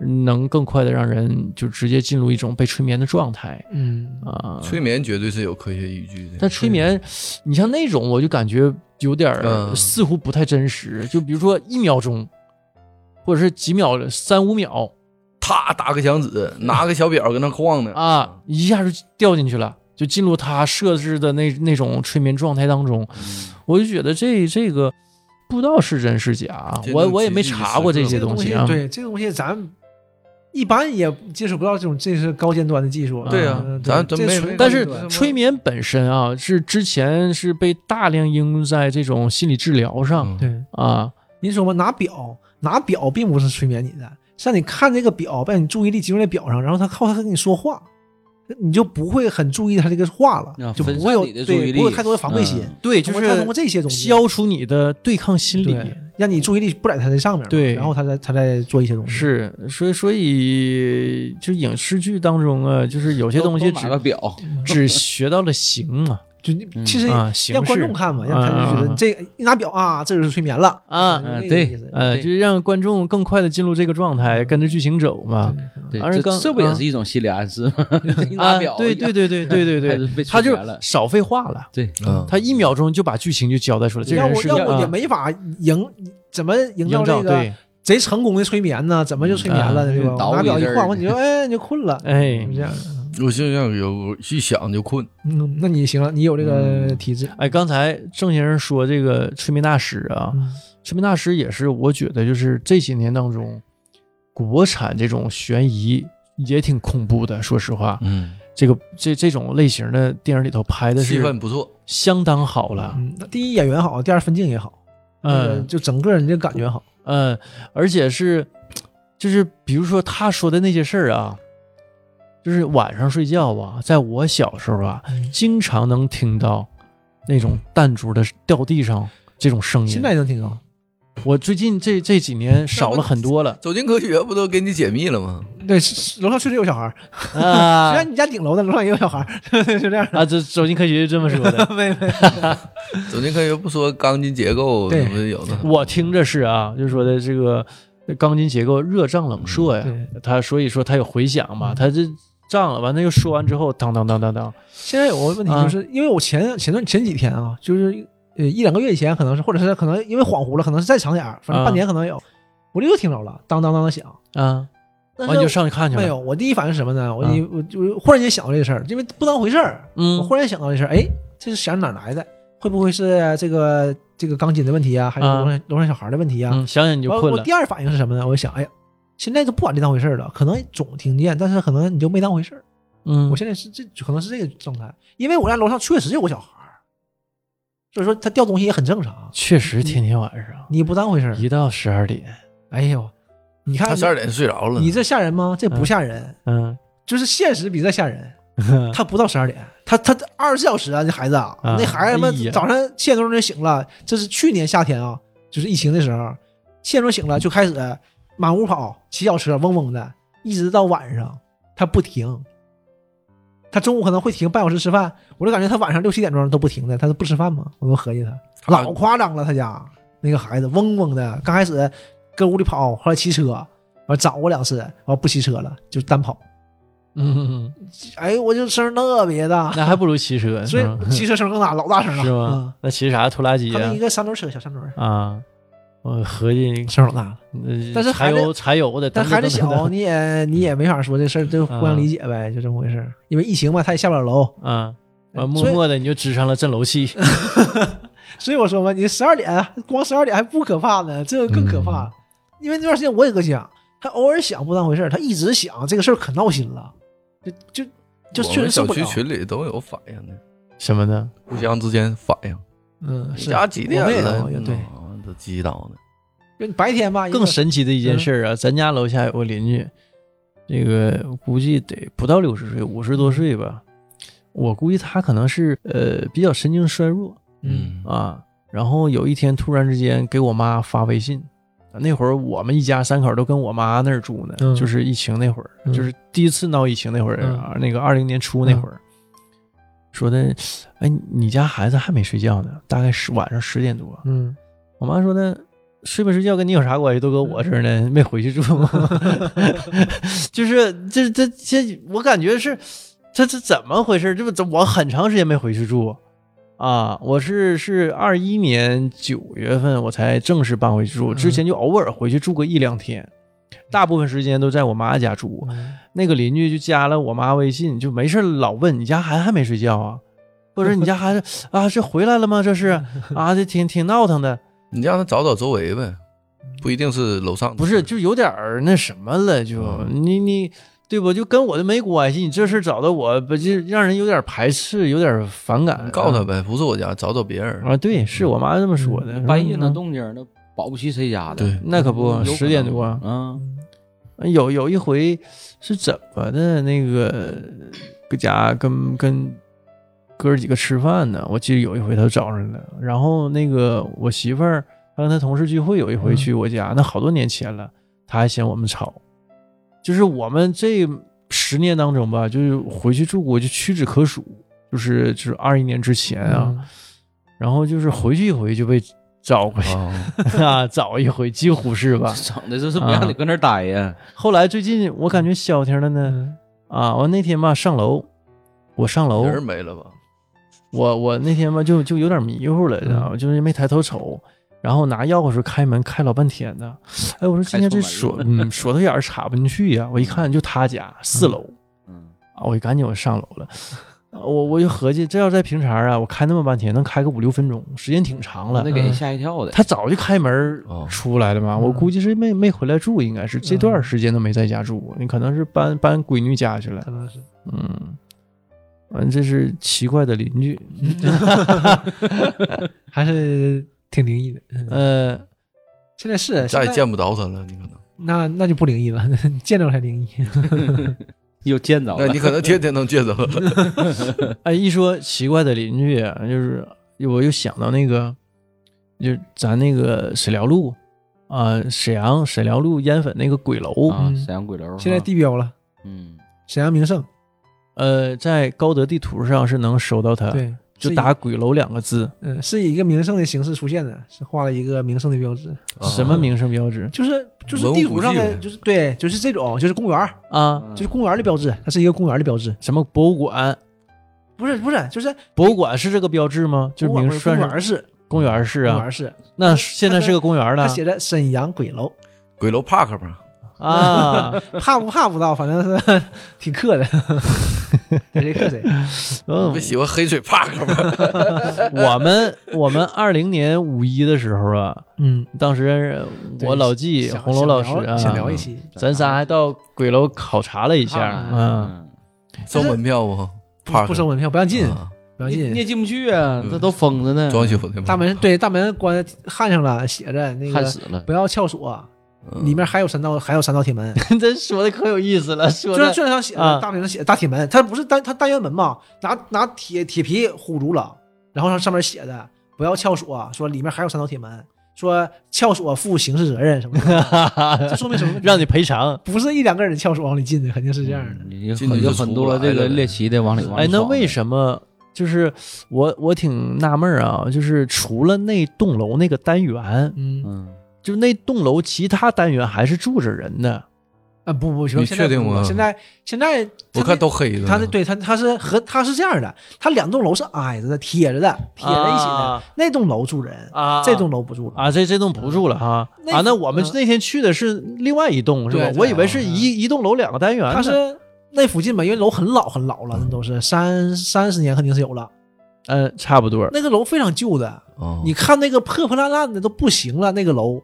Speaker 2: 能更快的让人就直接进入一种被催眠的状态
Speaker 3: 嗯，
Speaker 2: 啊。
Speaker 5: 催眠绝对是有科学依据的。
Speaker 2: 但催眠，你像那种我就感觉有点儿
Speaker 5: 嗯
Speaker 2: 似乎不太真实，就比如说一秒钟，或者是几秒、三五秒
Speaker 5: 啪打个响指，拿个小表搁那晃呢，
Speaker 2: 啊，一下就掉进去了，就进入他设置的那那种催眠状态当中。
Speaker 5: 嗯
Speaker 2: 我就觉得这这个不知道是真是假，啊
Speaker 5: 这
Speaker 2: 我
Speaker 5: 能
Speaker 2: 我也
Speaker 5: 极
Speaker 2: 没
Speaker 5: 致
Speaker 2: 查
Speaker 5: 是
Speaker 2: 过
Speaker 5: 吧
Speaker 2: 这些
Speaker 3: 这个
Speaker 2: 东
Speaker 3: 东
Speaker 2: 西啊。
Speaker 3: 对这个东西咱一般也接触不到这种，这是高尖端的技术。
Speaker 5: 对
Speaker 2: 呀
Speaker 5: 呀
Speaker 3: 嗯，
Speaker 5: 咱
Speaker 3: 这
Speaker 5: 咱没
Speaker 3: 纯
Speaker 5: 没
Speaker 2: 但
Speaker 3: 高
Speaker 2: 是
Speaker 3: 尖端
Speaker 2: 催眠本身啊，是之前是被大量应用在这种心理治疗上
Speaker 5: 嗯
Speaker 3: 对，
Speaker 2: 啊。
Speaker 3: 您说嘛，拿表拿表并不是催眠你的，是让你看这个表，把你注意力集中在表上，然后他靠他跟你说话，你就不会很注意他这个话了，
Speaker 4: 啊
Speaker 3: 就
Speaker 4: 分
Speaker 3: 不
Speaker 4: 散
Speaker 3: 会有
Speaker 4: 你的注意
Speaker 3: 对
Speaker 4: 力
Speaker 3: 不会有太多的防备心
Speaker 4: 嗯。
Speaker 2: 对，就
Speaker 3: 通过通过
Speaker 2: 是
Speaker 3: 这些东西
Speaker 2: 消除你的对抗心理。
Speaker 3: 对，让你注意力不在他这上面嘛，
Speaker 2: 对
Speaker 3: 然后他再他再做一些东西。
Speaker 2: 是，所以所以就影视剧当中啊，就是有些
Speaker 4: 都
Speaker 2: 东西
Speaker 4: 都
Speaker 2: 只嗯
Speaker 4: 拿个表，
Speaker 2: 只学到了形嘛
Speaker 3: 就你其实
Speaker 2: 啊，形
Speaker 3: 让观
Speaker 2: 式
Speaker 3: 众看嘛，让他就觉
Speaker 2: 嗯嗯
Speaker 3: 得
Speaker 2: 嗯
Speaker 3: 这个一拿表啊，这就是催眠了
Speaker 2: 啊
Speaker 3: 就是那个
Speaker 4: 对
Speaker 3: 意思
Speaker 2: 呃，
Speaker 4: 对
Speaker 2: 就是让观众更快的进入这个状态，跟着剧情走嘛。
Speaker 4: 对，
Speaker 2: 而
Speaker 4: 这
Speaker 2: 刚
Speaker 4: 这不也
Speaker 2: 啊
Speaker 4: 是一种心理 暗示吗？一拿
Speaker 2: 啊
Speaker 4: 表，，
Speaker 2: 对对，对对对对
Speaker 4: 还
Speaker 2: 对
Speaker 4: 是被，
Speaker 2: 他
Speaker 4: 催
Speaker 2: 就
Speaker 4: 眠了
Speaker 2: 少废话了，
Speaker 4: 对，
Speaker 5: 嗯
Speaker 2: 他一秒钟就把剧情就交代出来。这
Speaker 3: 要
Speaker 2: 人
Speaker 3: 不
Speaker 2: 是
Speaker 3: 要不也
Speaker 2: 个啊
Speaker 3: 没法营，怎么营
Speaker 2: 营
Speaker 3: 造
Speaker 2: 造
Speaker 3: 这个
Speaker 2: 对，
Speaker 3: 贼成功的催眠呢？怎么就催眠了呢？
Speaker 2: 嗯
Speaker 3: 对吧？
Speaker 4: 倒
Speaker 3: 拿表一
Speaker 4: 一阵儿
Speaker 3: 晃，我你就哎，你就困了，
Speaker 2: 哎
Speaker 3: 就这样。
Speaker 5: 我现在有一想就困，
Speaker 3: 嗯，那你行了，你有这个体质。
Speaker 2: 哎，刚才郑先生说这个催眠大师啊，
Speaker 3: 嗯
Speaker 2: 催眠大师也是我觉得就是这些年当中，国产这种悬疑也挺恐怖的。说实话，
Speaker 5: 嗯，
Speaker 2: 这个这这种类型的电影里头拍的
Speaker 5: 气
Speaker 2: 是
Speaker 5: 氛不错，
Speaker 2: 相当好了。
Speaker 3: 嗯，第一演员好，第二分镜也好，那个
Speaker 2: 嗯
Speaker 3: 就整个人的感觉好，
Speaker 2: 嗯，而且是就是比如说他说的那些事儿啊，就是晚上睡觉啊，在我小时候啊，
Speaker 3: 嗯
Speaker 2: 经常能听到那种弹珠的掉地上这种声音。
Speaker 3: 现在也能听到。
Speaker 2: 我最近这这几年少了很多 了
Speaker 5: 走进科学不都给你解密了吗？
Speaker 3: 对，是是楼上确实有小孩儿，虽
Speaker 2: 啊
Speaker 3: 然你家顶楼的楼上也有小孩儿， 就这样。
Speaker 2: 啊！这走进科学就这么说的。
Speaker 3: 没没，
Speaker 5: 走进科学不说钢筋结构
Speaker 3: 对
Speaker 5: 什么有的，
Speaker 2: 我听着是啊，就说的这个钢筋结构热胀冷缩呀，
Speaker 3: 嗯对嗯
Speaker 2: 它所以说它有回响嘛，它这胀了，完了又说完之后，当当当当当，
Speaker 3: 现在有个问题
Speaker 2: 啊
Speaker 3: 就是，因为我前前段前几天啊，就是呃一两个月以前，可能是或者是可能因为恍惚了，可能是再长点儿，反正
Speaker 2: 啊
Speaker 3: 半年可能有，我就又听着了，当当当的响。
Speaker 2: 啊，
Speaker 3: 但
Speaker 2: 完你就是上去看去
Speaker 3: 没
Speaker 2: 了，嗯
Speaker 3: 有，我第一反应是什么呢？我一我就忽然间想到这事儿，因为不当回事儿，我
Speaker 2: 嗯
Speaker 3: 忽然想到这事儿，哎，这是响哪儿来的？会不会是这个这个钢筋的问题啊，还是
Speaker 2: 啊
Speaker 3: 楼上楼上小孩的问题啊？
Speaker 2: 嗯，想想你就
Speaker 3: 我
Speaker 2: 困
Speaker 3: 我
Speaker 2: 了，
Speaker 3: 第二反应是什么呢？我想，哎呀，现在都不把这当回事儿了，可能总听见，但是可能你就没当回事儿。
Speaker 2: 嗯，
Speaker 3: 我现在是这可能是这个状态，因为我家楼上确实有个小孩儿，所以说他掉东西也很正常，
Speaker 2: 确实天天晚上
Speaker 3: 你不当回事儿。
Speaker 2: 一到十二点，
Speaker 3: 哎呦，你看
Speaker 5: 他十二点就睡着了，
Speaker 3: 你这吓人吗？这不吓人，
Speaker 2: 嗯，
Speaker 3: 就是现实比这 吓人。他不到十二点，他他二十四小时啊，这孩子啊，
Speaker 2: 啊
Speaker 3: 那孩子
Speaker 2: 哎
Speaker 3: 们
Speaker 2: 呀
Speaker 3: 早上七点钟就醒了，这是去年夏天啊，就是疫情的时候，七点钟醒了就开始满屋跑，骑小车嗡嗡的，一直到晚上，他不停。他中午可能会停半小时吃饭，我就感觉他晚上六七点钟都不停的，他是不吃饭吗？我都合计他老夸张了，他家那个孩子嗡嗡的，刚开始搁屋里跑，后来骑车，完找过两次，完不骑车了，就单跑。
Speaker 2: 嗯嗯，嗯
Speaker 3: 哎，我就声儿特别大，
Speaker 2: 那还不如骑车，
Speaker 3: 所
Speaker 2: 嗯
Speaker 3: 以骑车声更大，老大声了，啊
Speaker 2: 是吗？那骑啥拖拉
Speaker 3: 嗯
Speaker 2: 机
Speaker 3: 他
Speaker 2: 啊
Speaker 3: 们一？个三轮车，小三轮，
Speaker 2: 啊，我合计，
Speaker 3: 声老大了。
Speaker 2: 呃
Speaker 3: 但是
Speaker 2: 柴
Speaker 3: 孩子
Speaker 2: 油柴油的，
Speaker 3: 但
Speaker 2: 等等
Speaker 3: 孩子
Speaker 2: 等
Speaker 3: 小，
Speaker 2: 等
Speaker 3: 你 也你也没法说这事儿，就互相理解呗，就这么回事儿。因为疫情嘛，他也下不了楼，
Speaker 2: 嗯啊，完默
Speaker 3: 哎所以
Speaker 2: 默的你就支上了震楼器，
Speaker 3: 所以我说嘛，你十二点光十二点还不可怕呢，这个更可怕。
Speaker 2: 嗯
Speaker 3: 因为那段时间我也搁家，他偶尔想不当回事儿，他一直想这个事儿可闹心了，就就就
Speaker 5: 我
Speaker 3: 确
Speaker 5: 们
Speaker 3: 实受
Speaker 5: 小
Speaker 3: 不
Speaker 5: 区
Speaker 3: 了。
Speaker 5: 群里都有反应的，
Speaker 2: 什么的，
Speaker 5: 互相之间反应。
Speaker 3: 嗯，
Speaker 5: 你
Speaker 3: 是
Speaker 5: 家几点
Speaker 3: 我们也
Speaker 5: 了
Speaker 3: 有？对，
Speaker 5: 嗯，都急到呢。
Speaker 3: 就你白天吧，
Speaker 2: 更神奇的一
Speaker 3: 嗯
Speaker 2: 件事儿啊，咱家楼下有个邻居，这个估计得不到六十岁，五十多岁吧。我估计他可能是呃比较神经衰弱
Speaker 3: 嗯，
Speaker 2: 啊，然后有一天突然之间给我妈发微信，那会儿我们一家三口都跟我妈那儿住呢，
Speaker 3: 嗯
Speaker 2: 就是疫情那会儿，
Speaker 3: 嗯
Speaker 2: 就是第一次闹疫情那会儿，
Speaker 3: 嗯
Speaker 2: 啊，那个二零年初那会儿，说的，哎，你家孩子还没睡觉呢，大概是晚上十点多，
Speaker 3: 嗯，
Speaker 2: 我妈说呢，睡没睡觉跟你有啥关系？都搁我这儿呢，没回去住。 就是这这这，我感觉是这这怎么回事？这不这我很长时间没回去住啊！我是是二一年九月份我才正式搬回去住，之前就偶尔回去住个一两天。大部分时间都在我妈家住，
Speaker 3: 嗯
Speaker 2: 那个邻居就加了我妈微信，就没事儿老问你家孩子还没睡觉啊，或者你家孩子 啊这回来了吗？这是啊，这挺挺闹腾的。
Speaker 5: 你让他找找周围呗，不一定是楼上的。
Speaker 2: 不是，就有点儿那什么了，就、
Speaker 5: 嗯
Speaker 2: 你你对不？就跟我的没关系，你这事儿找到我，不就让人有点排斥，有点反感。
Speaker 5: 你告诉他嗯呗，不是我家，找找别人。
Speaker 2: 啊，对，是我妈这么说的。
Speaker 4: 半夜那
Speaker 2: 嗯
Speaker 4: 动静儿，那保不齐谁家的。
Speaker 5: 对，
Speaker 2: 那可不，
Speaker 4: 有
Speaker 2: 十点多
Speaker 4: 可能嗯，
Speaker 2: 有有一回是怎么的？那个搁家跟跟哥儿几个吃饭呢，我记得有一回他找上了，然后那个我媳妇儿她跟她同事聚会，有一回去我家，那好多年前了，她还嫌我们吵，就是我们这十年当中吧，就是回去住过就屈指可数，就是就是二一年之前啊，
Speaker 3: 嗯
Speaker 2: 然后就是回去一回就被找回、
Speaker 5: 啊，
Speaker 2: 啊，找一回，几乎是吧？啊
Speaker 4: 整的这是不让你搁那儿待呀。
Speaker 2: 后来最近我感觉消停了呢，
Speaker 3: 嗯，
Speaker 2: 啊，我那天吧上楼，我上
Speaker 3: 哦
Speaker 2: 楼，
Speaker 5: 人没了吧？
Speaker 2: 我我那天吧就就有点迷糊了，
Speaker 4: 嗯
Speaker 2: 知道吗？就是没抬头瞅，然后拿钥匙开门开老半天呢，哎，我说今天这
Speaker 4: 开错
Speaker 2: 锁嗯锁头眼儿 插不进去呀、我一看就他家四楼
Speaker 4: 嗯，
Speaker 2: 啊，我就赶紧我上楼了， 我我就合计，这要在平常啊，我开那么半天，能开个五六分钟，时间挺长了
Speaker 4: 嗯
Speaker 2: 嗯
Speaker 4: 那。给人吓一跳的。
Speaker 2: 他早就开门
Speaker 5: 哦
Speaker 2: 出来了嘛，
Speaker 3: 嗯
Speaker 2: 我估计是没没回来住，应该是
Speaker 4: 嗯
Speaker 2: 这段时间都没在家住过，你可能是搬搬闺女家去了
Speaker 3: 可。能是
Speaker 2: 嗯，完这是奇怪的邻居。
Speaker 3: 还是挺灵异的。
Speaker 2: 呃，
Speaker 3: 现在是
Speaker 5: 再
Speaker 3: 现
Speaker 5: 也
Speaker 3: 在
Speaker 5: 见不着他了，你可能，
Speaker 3: 那那就不灵异了， 你见着才灵异。
Speaker 2: 嗯
Speaker 4: 又见着
Speaker 5: 那
Speaker 4: 了啊
Speaker 5: 你，可能天天能见着他。
Speaker 2: 哎，一说奇怪的邻居啊，就是我又想到那个，就是咱那个沈辽路啊、沈阳沈辽路烟粉那个鬼楼，
Speaker 4: 啊，
Speaker 3: 嗯
Speaker 4: 沈阳鬼楼
Speaker 3: 现在
Speaker 4: 哈
Speaker 3: 地标了，
Speaker 4: 嗯，
Speaker 3: 沈阳名胜，
Speaker 2: 呃，在高德地图上是能搜到它，
Speaker 3: 对，
Speaker 2: 嗯就是
Speaker 3: 以
Speaker 2: 打“鬼楼”两个字，
Speaker 3: 嗯是以一个名胜的形式出现的，是画了一个名胜的标志，
Speaker 2: 什么名胜标志
Speaker 3: 就是就是
Speaker 5: 文物
Speaker 3: 地图
Speaker 5: 古
Speaker 3: 上的
Speaker 5: 迹
Speaker 3: 就是对，就是这种就是公园儿，
Speaker 2: 啊？
Speaker 4: 嗯
Speaker 3: 就是公园儿的标志，它是一个公园儿的标志，
Speaker 2: 什么博物馆？
Speaker 3: 不是不是就是
Speaker 2: 博物馆是这个标志吗？就是
Speaker 3: 公园
Speaker 2: 名
Speaker 3: 不是
Speaker 2: 算
Speaker 3: 公园
Speaker 2: 是
Speaker 3: 儿是
Speaker 2: 公园是
Speaker 3: 公园
Speaker 2: 啊，
Speaker 3: 儿是，
Speaker 2: 那现在是个公园
Speaker 3: 它
Speaker 2: 了
Speaker 3: 写着沈阳鬼楼，
Speaker 5: 鬼楼 park 吧？
Speaker 2: 啊。
Speaker 3: 怕不怕不到，反正是 挺克的，谁克谁。
Speaker 5: 你
Speaker 2: 嗯
Speaker 5: 不，喜欢黑水 park 吗？
Speaker 2: 我们我们二零年五一的时候啊，
Speaker 3: 嗯，
Speaker 2: 当时
Speaker 3: 对
Speaker 2: 我老纪、
Speaker 3: 想
Speaker 2: 红楼老师
Speaker 3: 想聊想聊
Speaker 2: 啊，
Speaker 3: 一啊期，
Speaker 2: 咱仨还到鬼楼考察了一下，
Speaker 4: 看看
Speaker 2: 嗯，
Speaker 5: 收门票不
Speaker 3: 不
Speaker 5: ？park
Speaker 3: 不收门票，不让进，
Speaker 5: 啊
Speaker 3: 不让
Speaker 4: 你你也
Speaker 3: 进。
Speaker 4: 进不去
Speaker 2: 嗯
Speaker 4: 啊，这都封着呢，
Speaker 5: 装修的吗？
Speaker 3: 大门对大门关焊上了，写着那
Speaker 4: 焊
Speaker 3: 个
Speaker 4: 死了。
Speaker 3: 不要撬锁，
Speaker 5: 嗯
Speaker 3: 里面还有三道还有三道铁门，
Speaker 2: 这说的可有意思了，说
Speaker 3: 就是
Speaker 2: 的
Speaker 3: 卷上写
Speaker 2: 啊
Speaker 4: 嗯
Speaker 3: 的大门上写的大铁门，它不是单它单元门嘛，拿拿铁铁皮糊住了，然后上上面写的不要撬锁，说里面还有三道铁门，说撬锁负刑事责任什么 的，这说明什么问题？
Speaker 2: 让你赔偿。
Speaker 3: 不是一两个人撬锁往里进的，肯定是这样的。
Speaker 4: 有
Speaker 5: 进去就
Speaker 4: 有嗯很
Speaker 5: 出
Speaker 4: 多
Speaker 5: 来
Speaker 4: 这个
Speaker 5: 了
Speaker 4: 猎奇的往里往里
Speaker 2: 哎，那
Speaker 4: 闯
Speaker 2: 为
Speaker 4: 的
Speaker 2: 什么就是我我挺纳闷儿啊？就是除了那栋楼那个单元，
Speaker 3: 嗯
Speaker 4: 嗯，
Speaker 2: 就那栋楼其他单元还是住着人的。
Speaker 3: 啊不不，行，
Speaker 5: 你
Speaker 3: 现在
Speaker 5: 确定
Speaker 3: 不
Speaker 5: 吗
Speaker 3: 现在现在
Speaker 5: 我看都黑的。
Speaker 3: 他的对他他是和他是这样的，他两栋楼是挨着的，贴着的，贴在一起的
Speaker 2: 啊。
Speaker 3: 那栋楼住人，
Speaker 2: 啊
Speaker 3: 这栋楼不住了。
Speaker 2: 啊，这这栋不住了哈
Speaker 3: 那
Speaker 2: 啊！那我们
Speaker 3: 嗯
Speaker 2: 那天去的是另外一栋是吧
Speaker 3: 对？对嗯
Speaker 2: 我以为是一一栋楼两个单元呢。
Speaker 3: 他是那附近吧，因为楼很老很老了，那都是三三十年肯定是有了。
Speaker 2: 呃，差不多。
Speaker 3: 那个楼非常旧的，
Speaker 5: 哦，
Speaker 3: 你看那个破破烂烂的都不行了，那个楼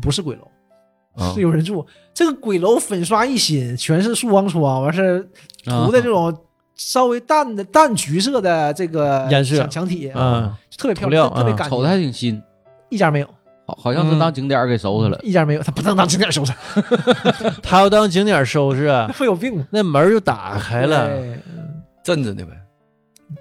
Speaker 3: 不是鬼楼。
Speaker 5: 啊
Speaker 2: 哦
Speaker 3: 是有人住，这个鬼楼粉刷一新，全是束光窗，完事儿
Speaker 4: 啊
Speaker 2: 啊
Speaker 3: 涂的这 种稍微淡的淡橘色的这个
Speaker 2: 颜色
Speaker 3: 墙墙体，
Speaker 2: 嗯，
Speaker 3: 特别漂
Speaker 2: 涂料
Speaker 3: 亮，特特别
Speaker 2: 嗯
Speaker 3: 干
Speaker 4: 瞅着还
Speaker 3: 净，
Speaker 4: 挺新，
Speaker 3: 一家没有。
Speaker 4: 好好像是
Speaker 2: 嗯
Speaker 4: 当景点儿给收拾了。
Speaker 3: 一家没有，他不能当景点收拾，
Speaker 2: 他要当景点收拾啊，
Speaker 3: 会有病吗？
Speaker 2: 那门儿就打开了。
Speaker 3: 对，
Speaker 5: 镇着的呗。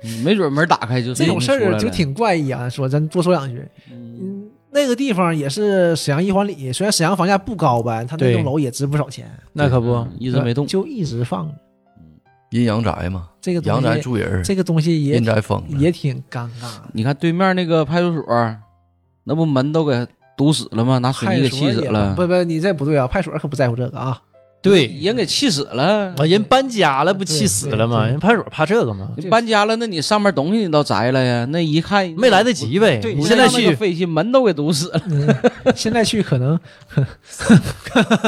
Speaker 4: 嗯没准门打开就
Speaker 3: 这种事
Speaker 4: 人出
Speaker 3: 儿
Speaker 4: 来
Speaker 3: 就
Speaker 4: 了
Speaker 3: 挺怪异啊。说咱多说两句，
Speaker 4: 嗯
Speaker 3: 嗯，那个地方也是沈阳一环里，虽然沈阳房价不高吧，他那
Speaker 2: 对
Speaker 3: 栋楼也值不少钱，
Speaker 2: 那可不，
Speaker 4: 嗯
Speaker 3: 嗯
Speaker 4: 一直没动。
Speaker 3: 就一直放着。
Speaker 5: 阴阳宅嘛，
Speaker 3: 这个
Speaker 5: 阳
Speaker 3: 东
Speaker 5: 宅
Speaker 3: 西，
Speaker 5: 住人，
Speaker 3: 这个东西也
Speaker 5: 阴宅封了。
Speaker 3: 也挺尴尬的。
Speaker 4: 你看对面那个派出所，那不门都给堵死了吗？拿水
Speaker 3: 派
Speaker 4: 泥给
Speaker 3: 出
Speaker 4: 砌
Speaker 3: 所
Speaker 4: 死
Speaker 3: 也
Speaker 4: 了，
Speaker 3: 不不，你这不对啊！派出所可不在乎这个 啊，
Speaker 2: 对，
Speaker 4: 人给气死了。
Speaker 3: 哎
Speaker 2: 啊，人搬家了不气
Speaker 3: 对
Speaker 2: 死
Speaker 3: 对
Speaker 2: 了吗？
Speaker 3: 对
Speaker 2: 人派出所怕这个吗？
Speaker 4: 你搬家了，那你上面东西你倒摘了呀？那一看
Speaker 2: 没来得，及呗。
Speaker 3: 对
Speaker 2: 你
Speaker 4: 你
Speaker 2: 现在
Speaker 4: 去
Speaker 2: 去，
Speaker 4: 费劲，门都给堵死了，
Speaker 3: 嗯现在去可能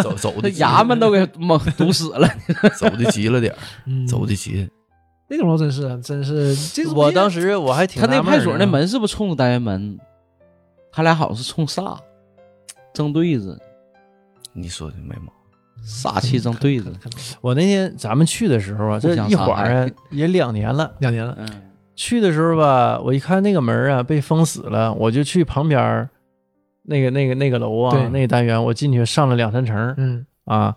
Speaker 5: 走走
Speaker 4: 那
Speaker 5: 的
Speaker 4: 衙门都给蒙堵死了。
Speaker 5: 走的急了点儿，
Speaker 3: 嗯
Speaker 5: 走的急。
Speaker 3: 那种楼真是真是，这种
Speaker 2: 我
Speaker 3: 东
Speaker 2: 当
Speaker 3: 西
Speaker 2: 时我还挺
Speaker 4: 他那
Speaker 2: 纳闷
Speaker 4: 派
Speaker 2: 儿
Speaker 4: 出所那
Speaker 2: 呢
Speaker 4: 门是不是冲着单元门？他俩好像是冲煞，正对子，
Speaker 5: 你说的没毛病。
Speaker 4: 煞气正对子。
Speaker 3: 可能
Speaker 2: 我那天咱们去的时候啊，这
Speaker 4: 互相
Speaker 2: 一晃
Speaker 4: 伤
Speaker 2: 啊
Speaker 4: 害
Speaker 2: 也两年了。
Speaker 3: 两年了，
Speaker 4: 嗯，
Speaker 2: 去的时候吧，我一看那个门儿啊被封死了，我就去旁边儿那个那个那个楼啊
Speaker 3: 对
Speaker 2: 那个单元，我进去上了两三层儿
Speaker 3: 嗯，
Speaker 2: 啊，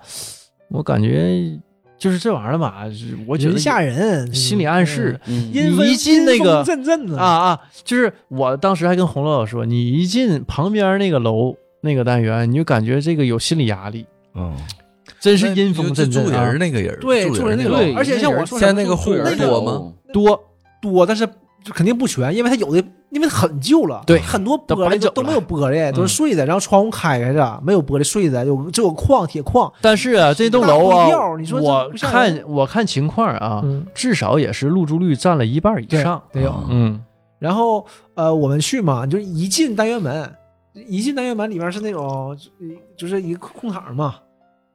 Speaker 2: 我感觉就是这玩意儿吧，就是我觉
Speaker 3: 人
Speaker 2: 得
Speaker 3: 吓人，
Speaker 2: 心理暗示。你
Speaker 4: 嗯
Speaker 3: 阴风
Speaker 2: 一进那个
Speaker 3: 阴风阵阵的
Speaker 2: 啊，啊，就是我当时还跟洪老师说，你一进旁边那个楼那个单元，你就感觉这个有心理压力，
Speaker 5: 嗯，
Speaker 2: 真是阴风阵阵
Speaker 5: 住
Speaker 2: 啊
Speaker 5: 人，那个人，
Speaker 3: 对，
Speaker 5: 住
Speaker 3: 住人那
Speaker 5: 那
Speaker 3: 个
Speaker 5: 个
Speaker 4: 对
Speaker 3: 楼，而且像我说
Speaker 5: 现在那个户
Speaker 4: 对
Speaker 5: 儿
Speaker 3: 那个
Speaker 5: 多吗？？
Speaker 4: 哦
Speaker 2: 多
Speaker 3: 多，但是就肯定不全，因为它有的因为它很旧了，
Speaker 2: 对
Speaker 3: 很多玻
Speaker 2: 都搬
Speaker 3: 璃
Speaker 2: 走
Speaker 3: 都
Speaker 2: 了
Speaker 3: 都没有玻璃，都是碎的，然后窗户开开着，没有玻璃碎的，有只有矿铁矿，
Speaker 2: 但是啊，这栋楼
Speaker 3: 大不要
Speaker 2: 啊，
Speaker 3: 你说这
Speaker 2: 我
Speaker 3: 不吓人
Speaker 2: 看我看情况啊，
Speaker 3: 嗯，
Speaker 2: 至少也是入住率占了一半以
Speaker 3: 对
Speaker 2: 上。
Speaker 3: 得有。
Speaker 5: 啊
Speaker 2: 嗯，
Speaker 3: 然后呃，我们去嘛，就一进单元门，一进单元门里面是那种就是一个空场嘛，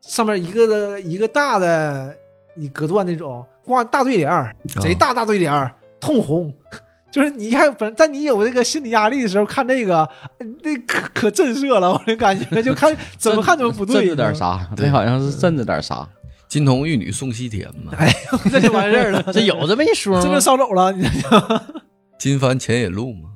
Speaker 3: 上面一个一个大的你隔断那种挂大对联儿，贼大大对联儿，通红。 就是你看，本在你有这个心理压力的时候看这个，那可可震慑了，我这感觉就看怎么看怎么 不对，
Speaker 4: 镇着点啥？
Speaker 5: 对
Speaker 4: 那好像是镇着点啥。
Speaker 5: 金童玉女送西天嘛，
Speaker 3: 这就完事儿了。
Speaker 2: 这有这么一说
Speaker 3: 这
Speaker 2: 吗
Speaker 3: 就？烧走了，你
Speaker 5: 金帆钱也路嘛，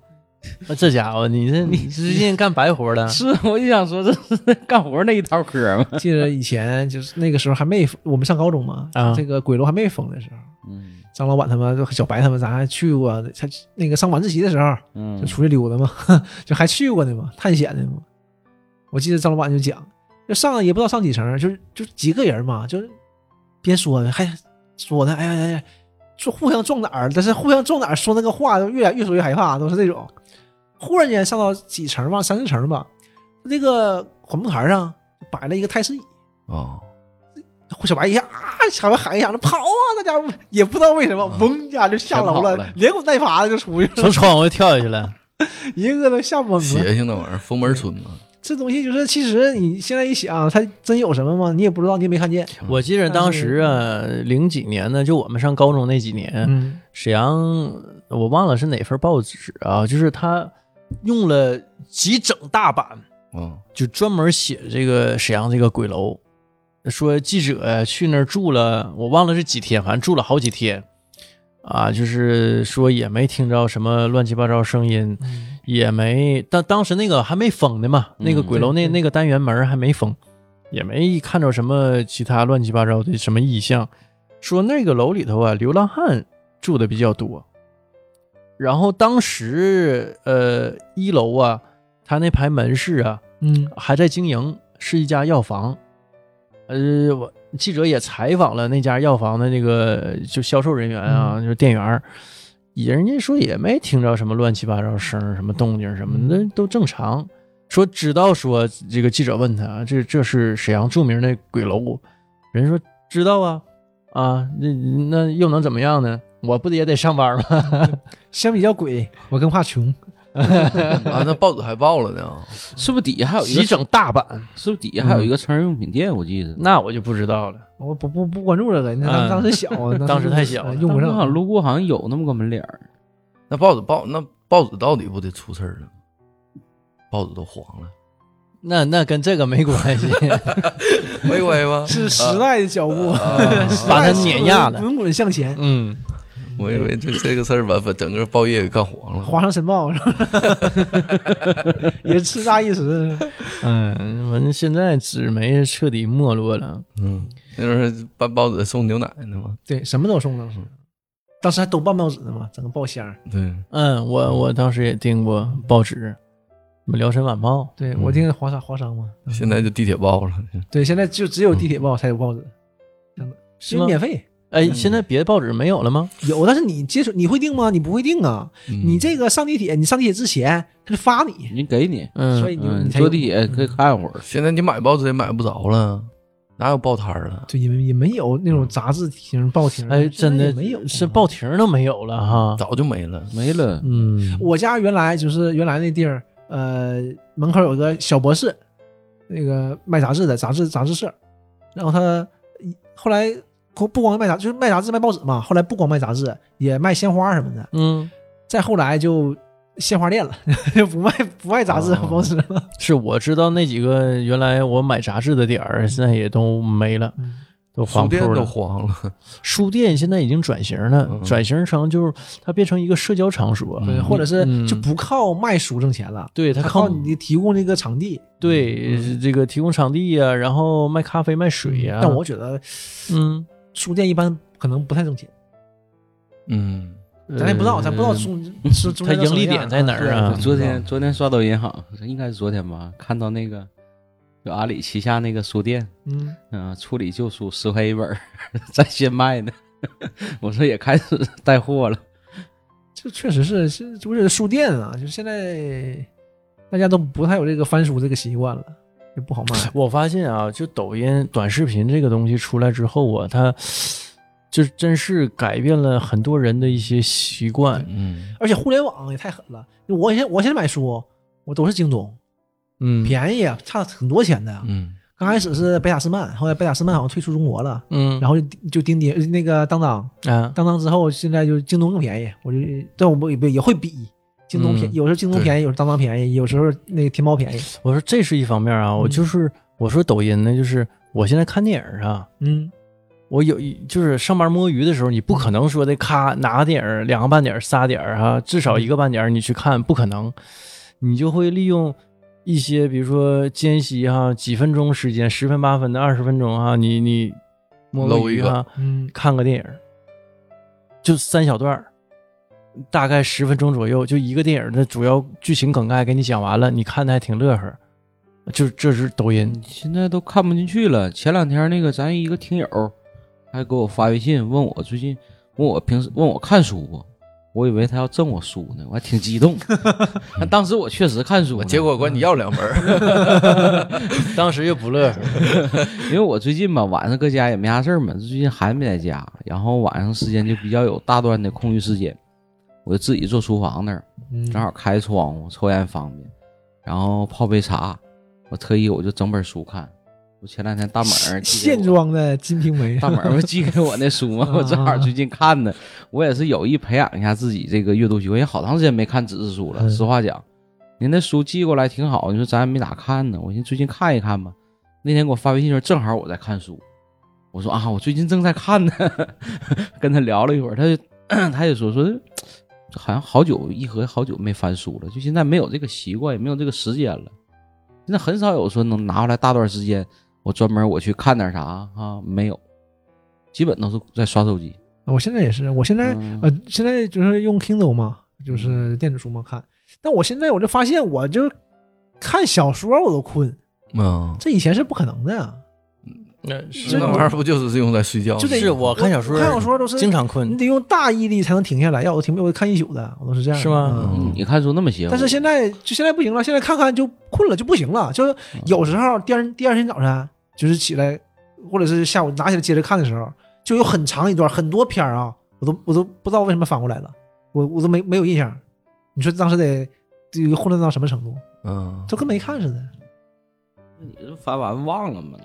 Speaker 2: 啊这家伙，你这你最近干白活了？
Speaker 4: 是，我就想说这是干活那一套嗑 嘛。
Speaker 3: 记得以前就是那个时候还没我们上高中嘛，
Speaker 2: 啊
Speaker 3: 这个鬼楼还没封的时候，
Speaker 4: 嗯
Speaker 3: 张老板他们、小白他们，咱还去过，他那个上晚自习的时候
Speaker 4: 嗯
Speaker 3: 就出去溜达嘛， 就还去过呢嘛，探险的嘛。我记得张老板就讲，就上也不知道上几层，就是就几个人嘛，就是边说还说呢，哎呀哎呀，说互相撞哪儿，但是互相撞哪儿说那个话，就越来越说越害怕，都是这种。忽然间上到几层吧，三四层吧，那个管木台上摆了一个太师椅。
Speaker 5: 啊，
Speaker 3: 小白一下啊，小白喊一下子跑啊，那家伙也不知道为什
Speaker 2: 啊
Speaker 3: 么，嗡一下就下楼
Speaker 5: 全跑了
Speaker 3: 连滚带爬的就出去了，
Speaker 2: 从窗户跳下去 了，
Speaker 3: 一个个都吓懵了。
Speaker 5: 邪性那玩意儿，封门村嘛，
Speaker 3: 这东西就是，其实你现在一想，它真有什么吗？你也不知道，你也没看见。
Speaker 2: 我记得当时啊，零几年呢，就我们上高中那几年，
Speaker 3: 嗯
Speaker 2: 沈阳我忘了是哪份报纸啊，就是他用了几整大版，
Speaker 5: 啊，
Speaker 2: 就专门写这个沈阳这个鬼楼，说记者去那儿住了，我忘了是几天，反正住了好几天，啊，就是说也没听着什么乱七八糟声音，
Speaker 3: 嗯
Speaker 2: 也没当当时那个还没封呢嘛，那个鬼楼那、
Speaker 3: 对对
Speaker 2: 那个单元门还没封，也没看着什么其他乱七八糟的什么异象，说那个楼里头啊，流浪汉住的比较多。然后当时，呃，一楼啊，他那排门市啊，
Speaker 3: 嗯
Speaker 2: 还在经营，是一家药房。呃，我记者也采访了那家药房的那个就销售人员啊，就是店员儿，也人家说也没听着什么乱七八糟声儿、什么动静儿什么的，那都正常。说直到说这个记者问他，这这是沈阳著名的鬼楼，人说知道啊，啊，那那又能怎么样呢？我不得也得上班吗？
Speaker 3: 相比较鬼，我更怕穷。
Speaker 5: 啊，那报纸还报了呢，
Speaker 4: 是不是底下还有一个
Speaker 2: 急？整大版，
Speaker 4: 是不是底下还有一个成人用品店？我记得
Speaker 2: 那我就不知道了。
Speaker 3: 我不不不关注这个，那当
Speaker 2: 嗯
Speaker 3: 当时小，
Speaker 2: 当时太小了
Speaker 3: 呃用不
Speaker 4: 当时好像
Speaker 3: 上。
Speaker 4: 路过，好像有那么个门脸儿。
Speaker 5: 那报纸报那报纸到底不得出事儿了？报纸都黄了，
Speaker 2: 那那跟这个没关系。
Speaker 5: 没关系吧？
Speaker 3: 是时代的脚步，
Speaker 2: 呃
Speaker 3: 时代
Speaker 2: 把它碾压了
Speaker 3: 滚滚向前。
Speaker 2: 嗯。
Speaker 5: 我以为这这个事儿把把整个报业给干黄了。
Speaker 3: 华商申报是吧？ 也叱咤一时。
Speaker 2: 嗯，反正现在纸媒彻底没落了。
Speaker 5: 嗯，那时候办报纸送牛奶呢嘛。
Speaker 3: 对，什么都送当时，嗯当时还都办报纸呢嘛，整个报箱儿。
Speaker 5: 对，
Speaker 2: 嗯，我我当时也订过报纸，什么《辽沈晚报
Speaker 3: 对
Speaker 5: 嗯
Speaker 3: 我订的华沙华商嘛，
Speaker 5: 现在就地铁报了。
Speaker 3: 对，现在就只有地铁报才有报纸，真的，
Speaker 2: 是
Speaker 3: 因为
Speaker 2: 吗
Speaker 3: 嗯免费。》。
Speaker 2: 哎，现在别的报纸没有了吗？
Speaker 3: 有，但是你接触你会订吗？你不会订啊！你
Speaker 5: 你
Speaker 3: 这个上地铁，你上地铁之前他就发你，
Speaker 4: 人家给你，
Speaker 3: 所
Speaker 2: 嗯，
Speaker 3: 以你
Speaker 4: 嗯，
Speaker 3: 你
Speaker 4: 你
Speaker 3: 才
Speaker 4: 坐
Speaker 3: 有
Speaker 4: 地铁可以看会儿。
Speaker 5: 现在你买报纸也买不着了，哪有报摊儿了？
Speaker 3: 对，也没也没有那种杂志亭、报亭，
Speaker 2: 哎，真
Speaker 3: 嗯
Speaker 2: 的
Speaker 3: 现在也没有，
Speaker 2: 是。报亭都没有了哈。
Speaker 5: 早就没了。
Speaker 4: 没了，
Speaker 2: 嗯，
Speaker 3: 我家原来就是原来那地儿，呃，门口有个小博士，那个卖杂志的杂志杂志社，然后他后来不不光卖杂，就是卖杂志卖报纸嘛，后来不光卖杂志，也卖鲜花什么的，
Speaker 2: 嗯，
Speaker 3: 再后来就鲜花店了， 就不卖不卖杂志
Speaker 2: 哦
Speaker 3: 和报纸了。
Speaker 2: 是我知道那几个原来我买杂志的点儿，现在也都没了，
Speaker 3: 嗯
Speaker 2: 都
Speaker 5: 书
Speaker 2: 黄
Speaker 5: 店
Speaker 2: 铺
Speaker 5: 都
Speaker 2: 了。
Speaker 5: 黄了，
Speaker 2: 书店现在已经转型了
Speaker 5: 嗯，
Speaker 2: 转型成就是它变成一个社交场所，
Speaker 3: 对，或者是
Speaker 2: 嗯
Speaker 3: 就不靠卖书挣钱了，
Speaker 2: 对它
Speaker 3: 他
Speaker 2: 靠
Speaker 3: 靠你提供那个场地。
Speaker 2: 对这个提供场地呀、然后卖咖啡卖水啊呀、
Speaker 3: 但我觉得
Speaker 2: 嗯，
Speaker 3: 书店一般可能不太挣钱，
Speaker 5: 嗯，
Speaker 3: 咱也不知道，咱不知道
Speaker 2: 呃
Speaker 3: 中是中
Speaker 2: 它
Speaker 3: 间
Speaker 2: 盈
Speaker 3: 的
Speaker 2: 利
Speaker 3: 什么
Speaker 2: 点
Speaker 3: 样
Speaker 2: 在哪儿啊
Speaker 3: 对
Speaker 4: 昨天昨天刷抖音好，应该是昨天吧，看到那个有阿里旗下那个书店，
Speaker 3: 嗯，
Speaker 4: 嗯、处理旧书十块一本儿， 在线卖呢。 我说也开始带货了，
Speaker 3: 这确实是是就是书店啊，就是现在大家都不太有这个翻书这个习惯了，也不好卖。
Speaker 2: 我发现啊，就抖音短视频这个东西出来之后啊，它就是真是改变了很多人的一些习惯。
Speaker 5: 嗯，
Speaker 3: 而且互联网也太狠了，我现我现在买书，我都是京东，
Speaker 2: 嗯，
Speaker 3: 便宜啊，差很多钱的呀。
Speaker 5: 嗯，
Speaker 3: 刚开始是贝塔斯曼，后来贝塔斯曼好像退出中国了，
Speaker 2: 嗯，
Speaker 3: 然后就就钉钉呃那个当当，
Speaker 2: 啊，
Speaker 3: 当当之后现在就京东更便宜，我就但我不也也会比京东便
Speaker 2: 嗯
Speaker 3: 宜，有时候京东
Speaker 5: 对
Speaker 3: 便宜，有时候当当便宜，有时候那个天猫便宜，
Speaker 2: 我说这是一方面啊，我就是我说抖音呢，就是我现在看电影啊，
Speaker 3: 嗯，
Speaker 2: 我有一就是上班摸鱼的时候，你不可能说的咔拿点儿两个半点儿仨点儿哈、至
Speaker 5: 嗯
Speaker 2: 少一个半点儿你去看不可能，你就会利用一些比如说间隙哈、几分钟时间，十分八分的二十分钟哈、你你摸
Speaker 5: 搂
Speaker 2: 个
Speaker 5: 一
Speaker 2: 鱼
Speaker 5: 个
Speaker 2: 哈、
Speaker 3: 嗯，
Speaker 2: 看个电影儿，就三小段儿，大概十分钟左右，就一个电影儿的主要剧情梗概给你讲完了，你看的还挺乐呵。就这是抖音，
Speaker 5: 嗯
Speaker 4: 你现在都看不进去了。前两天那个咱一个听友还给我发微信问我最近问我平时问我看书不？我以为他要赠我书呢，我还挺 激动。但当时我确实看书呢，
Speaker 5: 结果管你要两本儿，
Speaker 2: 当时就不乐呵。
Speaker 4: 因为我最近吧晚上搁家也没啥事儿嘛，最近孩子没在家，然后晚上时间就比较有大段的空余时间，我就自己坐厨房那儿，
Speaker 3: 嗯
Speaker 4: 正好开窗户，抽烟方便，然后泡杯茶，我特意我就整本书看。我前两天大猛儿寄给我
Speaker 3: 现装的《金瓶梅》？
Speaker 4: 大门不寄给我那书吗我正好最近看的，我也是有意培养一下自己这个阅读习惯，也好长时间没看纸质书了。
Speaker 3: 嗯
Speaker 4: 实话讲，您那书寄过来挺好，你说咱也没咋看呢，我寻思最近看一看吧。那天给我发微信说，正好我在看书，我说啊，我最近正在看呢， 跟他聊了一会儿，他就 他也说说，好像好久一和好久没翻书了，就现在没有这个习惯，也没有这个时间了。现在很少有说能拿出来大段时间，我专门我去看点啥啊，没有，基本都是在刷手机。
Speaker 3: 我现在也是，我现在、
Speaker 4: 嗯
Speaker 3: 呃，现在就是用 Kindle 嘛，
Speaker 2: 嗯
Speaker 3: 就是电子书嘛看。但我现在我就发现，我就看小说我都困，
Speaker 5: 嗯，
Speaker 3: 这以前是不可能的呀，
Speaker 2: 那是
Speaker 3: 就
Speaker 5: 那玩意儿不就是用来睡觉吗？
Speaker 3: 就得
Speaker 2: 哦是我看小说，
Speaker 3: 看小说都是
Speaker 2: 经常
Speaker 3: 你
Speaker 2: 困。
Speaker 3: 得用大毅力才能停下来，要我停不我看一宿的，我都是这样的。
Speaker 2: 是吗
Speaker 3: 嗯
Speaker 5: 嗯
Speaker 4: 你看书那么邪乎，
Speaker 3: 但是现在就现在不行了，现在看看就困了就不行了，就是有时候第二第二天早晨就是起来，或者是下午拿起来接着看的时候，就有很长一段很多篇儿啊，我都我都不知道为什么翻过来了，我我都没没有印象。你说当时得这个混乱到什么程度？
Speaker 5: 嗯，
Speaker 3: 就跟没看似的。
Speaker 4: 你这翻完忘了吗？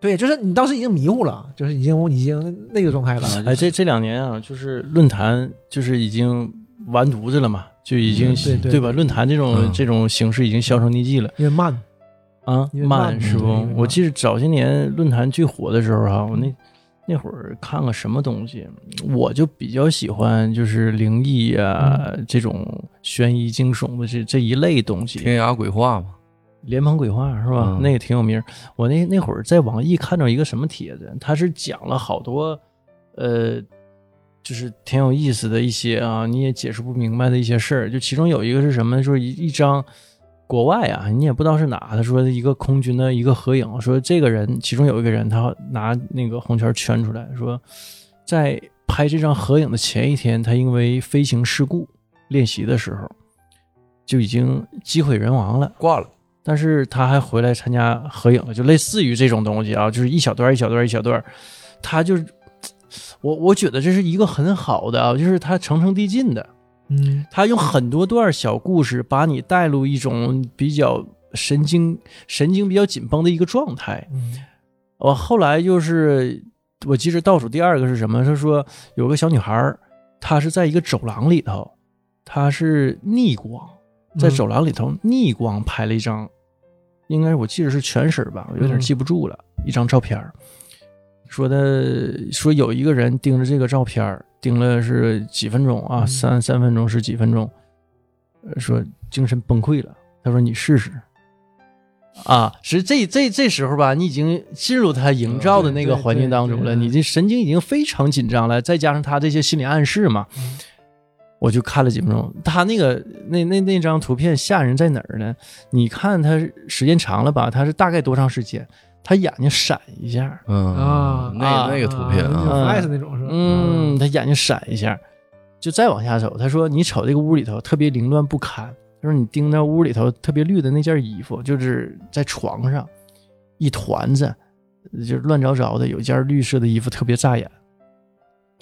Speaker 3: 对，就是你当时已经迷糊了，就是已经已经那个状态了。
Speaker 2: 哎，这这两年啊，就是论坛就是已经完犊子了嘛，就已经、
Speaker 3: 嗯对对
Speaker 2: 吧？论坛这种、
Speaker 5: 嗯
Speaker 2: 这种形式已经销声匿迹了
Speaker 3: 因为慢，
Speaker 2: 啊，
Speaker 3: 因为慢
Speaker 2: 是
Speaker 3: 对因为
Speaker 2: 不
Speaker 3: 慢？
Speaker 2: 我记得早些年论坛最火的时候哈、啊我
Speaker 3: 嗯
Speaker 2: 那那会儿看个什么东西，我就比较喜欢就是灵异啊、
Speaker 3: 嗯
Speaker 2: 这种悬疑惊悚的这这一类东西，
Speaker 5: 天涯鬼话嘛，
Speaker 2: 莲蓬鬼话是吧？
Speaker 5: 嗯
Speaker 2: 那个挺有名儿。我那那会儿在网易看到一个什么帖子，他是讲了好多，呃，就是挺有意思的一些啊，你也解释不明白的一些事儿。就其中有一个是什么呢？说一一张国外啊，你也不知道是哪，他说一个空军的一个合影，说这个人其中有一个人他拿那个红圈圈出来说，在拍这张合影的前一天，他因为飞行事故练习的时候就已经机毁人亡了。
Speaker 5: 挂了，
Speaker 2: 但是他还回来参加合影了，就类似于这种东西啊，就是一小段儿一小段儿一小段儿，他就是我我觉得这是一个很好的啊，就是他层层递进的，
Speaker 3: 嗯，
Speaker 2: 他用很多段小故事把你带入一种比较神经神经比较紧绷的一个状态。
Speaker 3: 嗯
Speaker 2: 我后来就是我记着倒数第二个是什么？他说有个小女孩儿，她是在一个走廊里头，她是逆光，在
Speaker 3: 嗯
Speaker 2: 走廊里头逆光拍了一张，应该我记得是全身吧，我有点记不住了，一张照片儿说的说有一个人盯着这个照片儿盯了是几分钟啊，
Speaker 3: 嗯
Speaker 2: 三三分钟是几分钟，呃说精神崩溃了。他说你试试。啊，是这这这时候吧，你已经进入他营造的那个
Speaker 3: 对对
Speaker 2: 环境当中
Speaker 3: 对
Speaker 2: 了，
Speaker 3: 对
Speaker 2: 你这神经已经非常紧张了，再加上他这些心理暗示嘛，
Speaker 3: 嗯
Speaker 2: 我就看了几分钟。他那个那那那张图片吓人在哪儿呢？你看他时间长了吧，他是大概多长时间？他眼睛闪一下，
Speaker 5: 嗯
Speaker 3: 啊
Speaker 5: 那
Speaker 2: 啊
Speaker 5: 那个图片啊，
Speaker 3: 爱是那种是吧？
Speaker 2: 嗯，他眼睛闪一下，就再往下走。他说你瞅这个屋里头特别凌乱不堪，他说你盯着屋里头特别绿的那件衣服，就是在床上一团子，就是乱糟糟的，有一件绿色的衣服特别扎眼。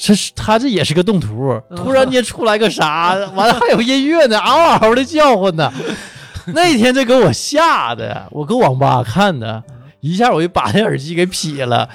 Speaker 2: 这是他这也是个动图，突然间出来个啥，完了还有音乐呢，嗷 嗷的叫唤呢。那天这给我吓的，我搁网吧看的，一下我就把那耳机给劈了。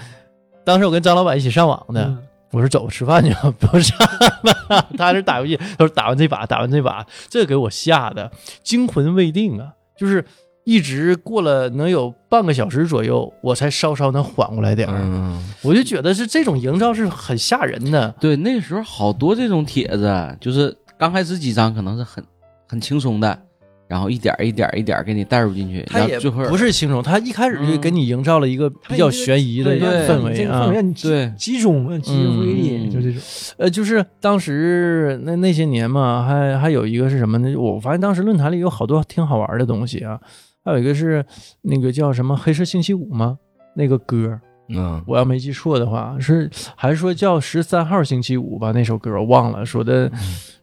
Speaker 2: 当时我跟张老板一起上网的，
Speaker 3: 嗯
Speaker 2: 我说走吃饭去吧，不上了。 他是打游戏，他说打完这把，打完这把，这给我吓得惊魂未定啊！就是一直过了能有半个小时左右，我才稍稍能缓过来点儿。
Speaker 5: 嗯，
Speaker 2: 我就觉得是这种营造是很吓人的。
Speaker 4: 对，那时候好多这种帖子，就是刚开始几张可能是很很轻松的，然后一点儿一点儿一点儿给你带入进去，
Speaker 2: 他
Speaker 4: 然
Speaker 2: 也
Speaker 4: 后最后
Speaker 2: 不是轻松，他一开始就给你营造了一个比较悬疑的
Speaker 3: 对
Speaker 2: 一个
Speaker 4: 对
Speaker 2: 氛围啊
Speaker 3: 氛围。让你集
Speaker 4: 对
Speaker 3: 集中呃集中注意力，
Speaker 4: 嗯
Speaker 3: 就这种。
Speaker 2: 呃，就是当时那那些年嘛，还还有一个是什么呢？我发现当时论坛里有好多挺好玩的东西啊，还有一个是那个叫什么《黑色星期五》吗？那个歌儿，
Speaker 5: 嗯，
Speaker 2: 我要没记错的话，是还是说叫十三号星期五吧？那首歌我忘了，说的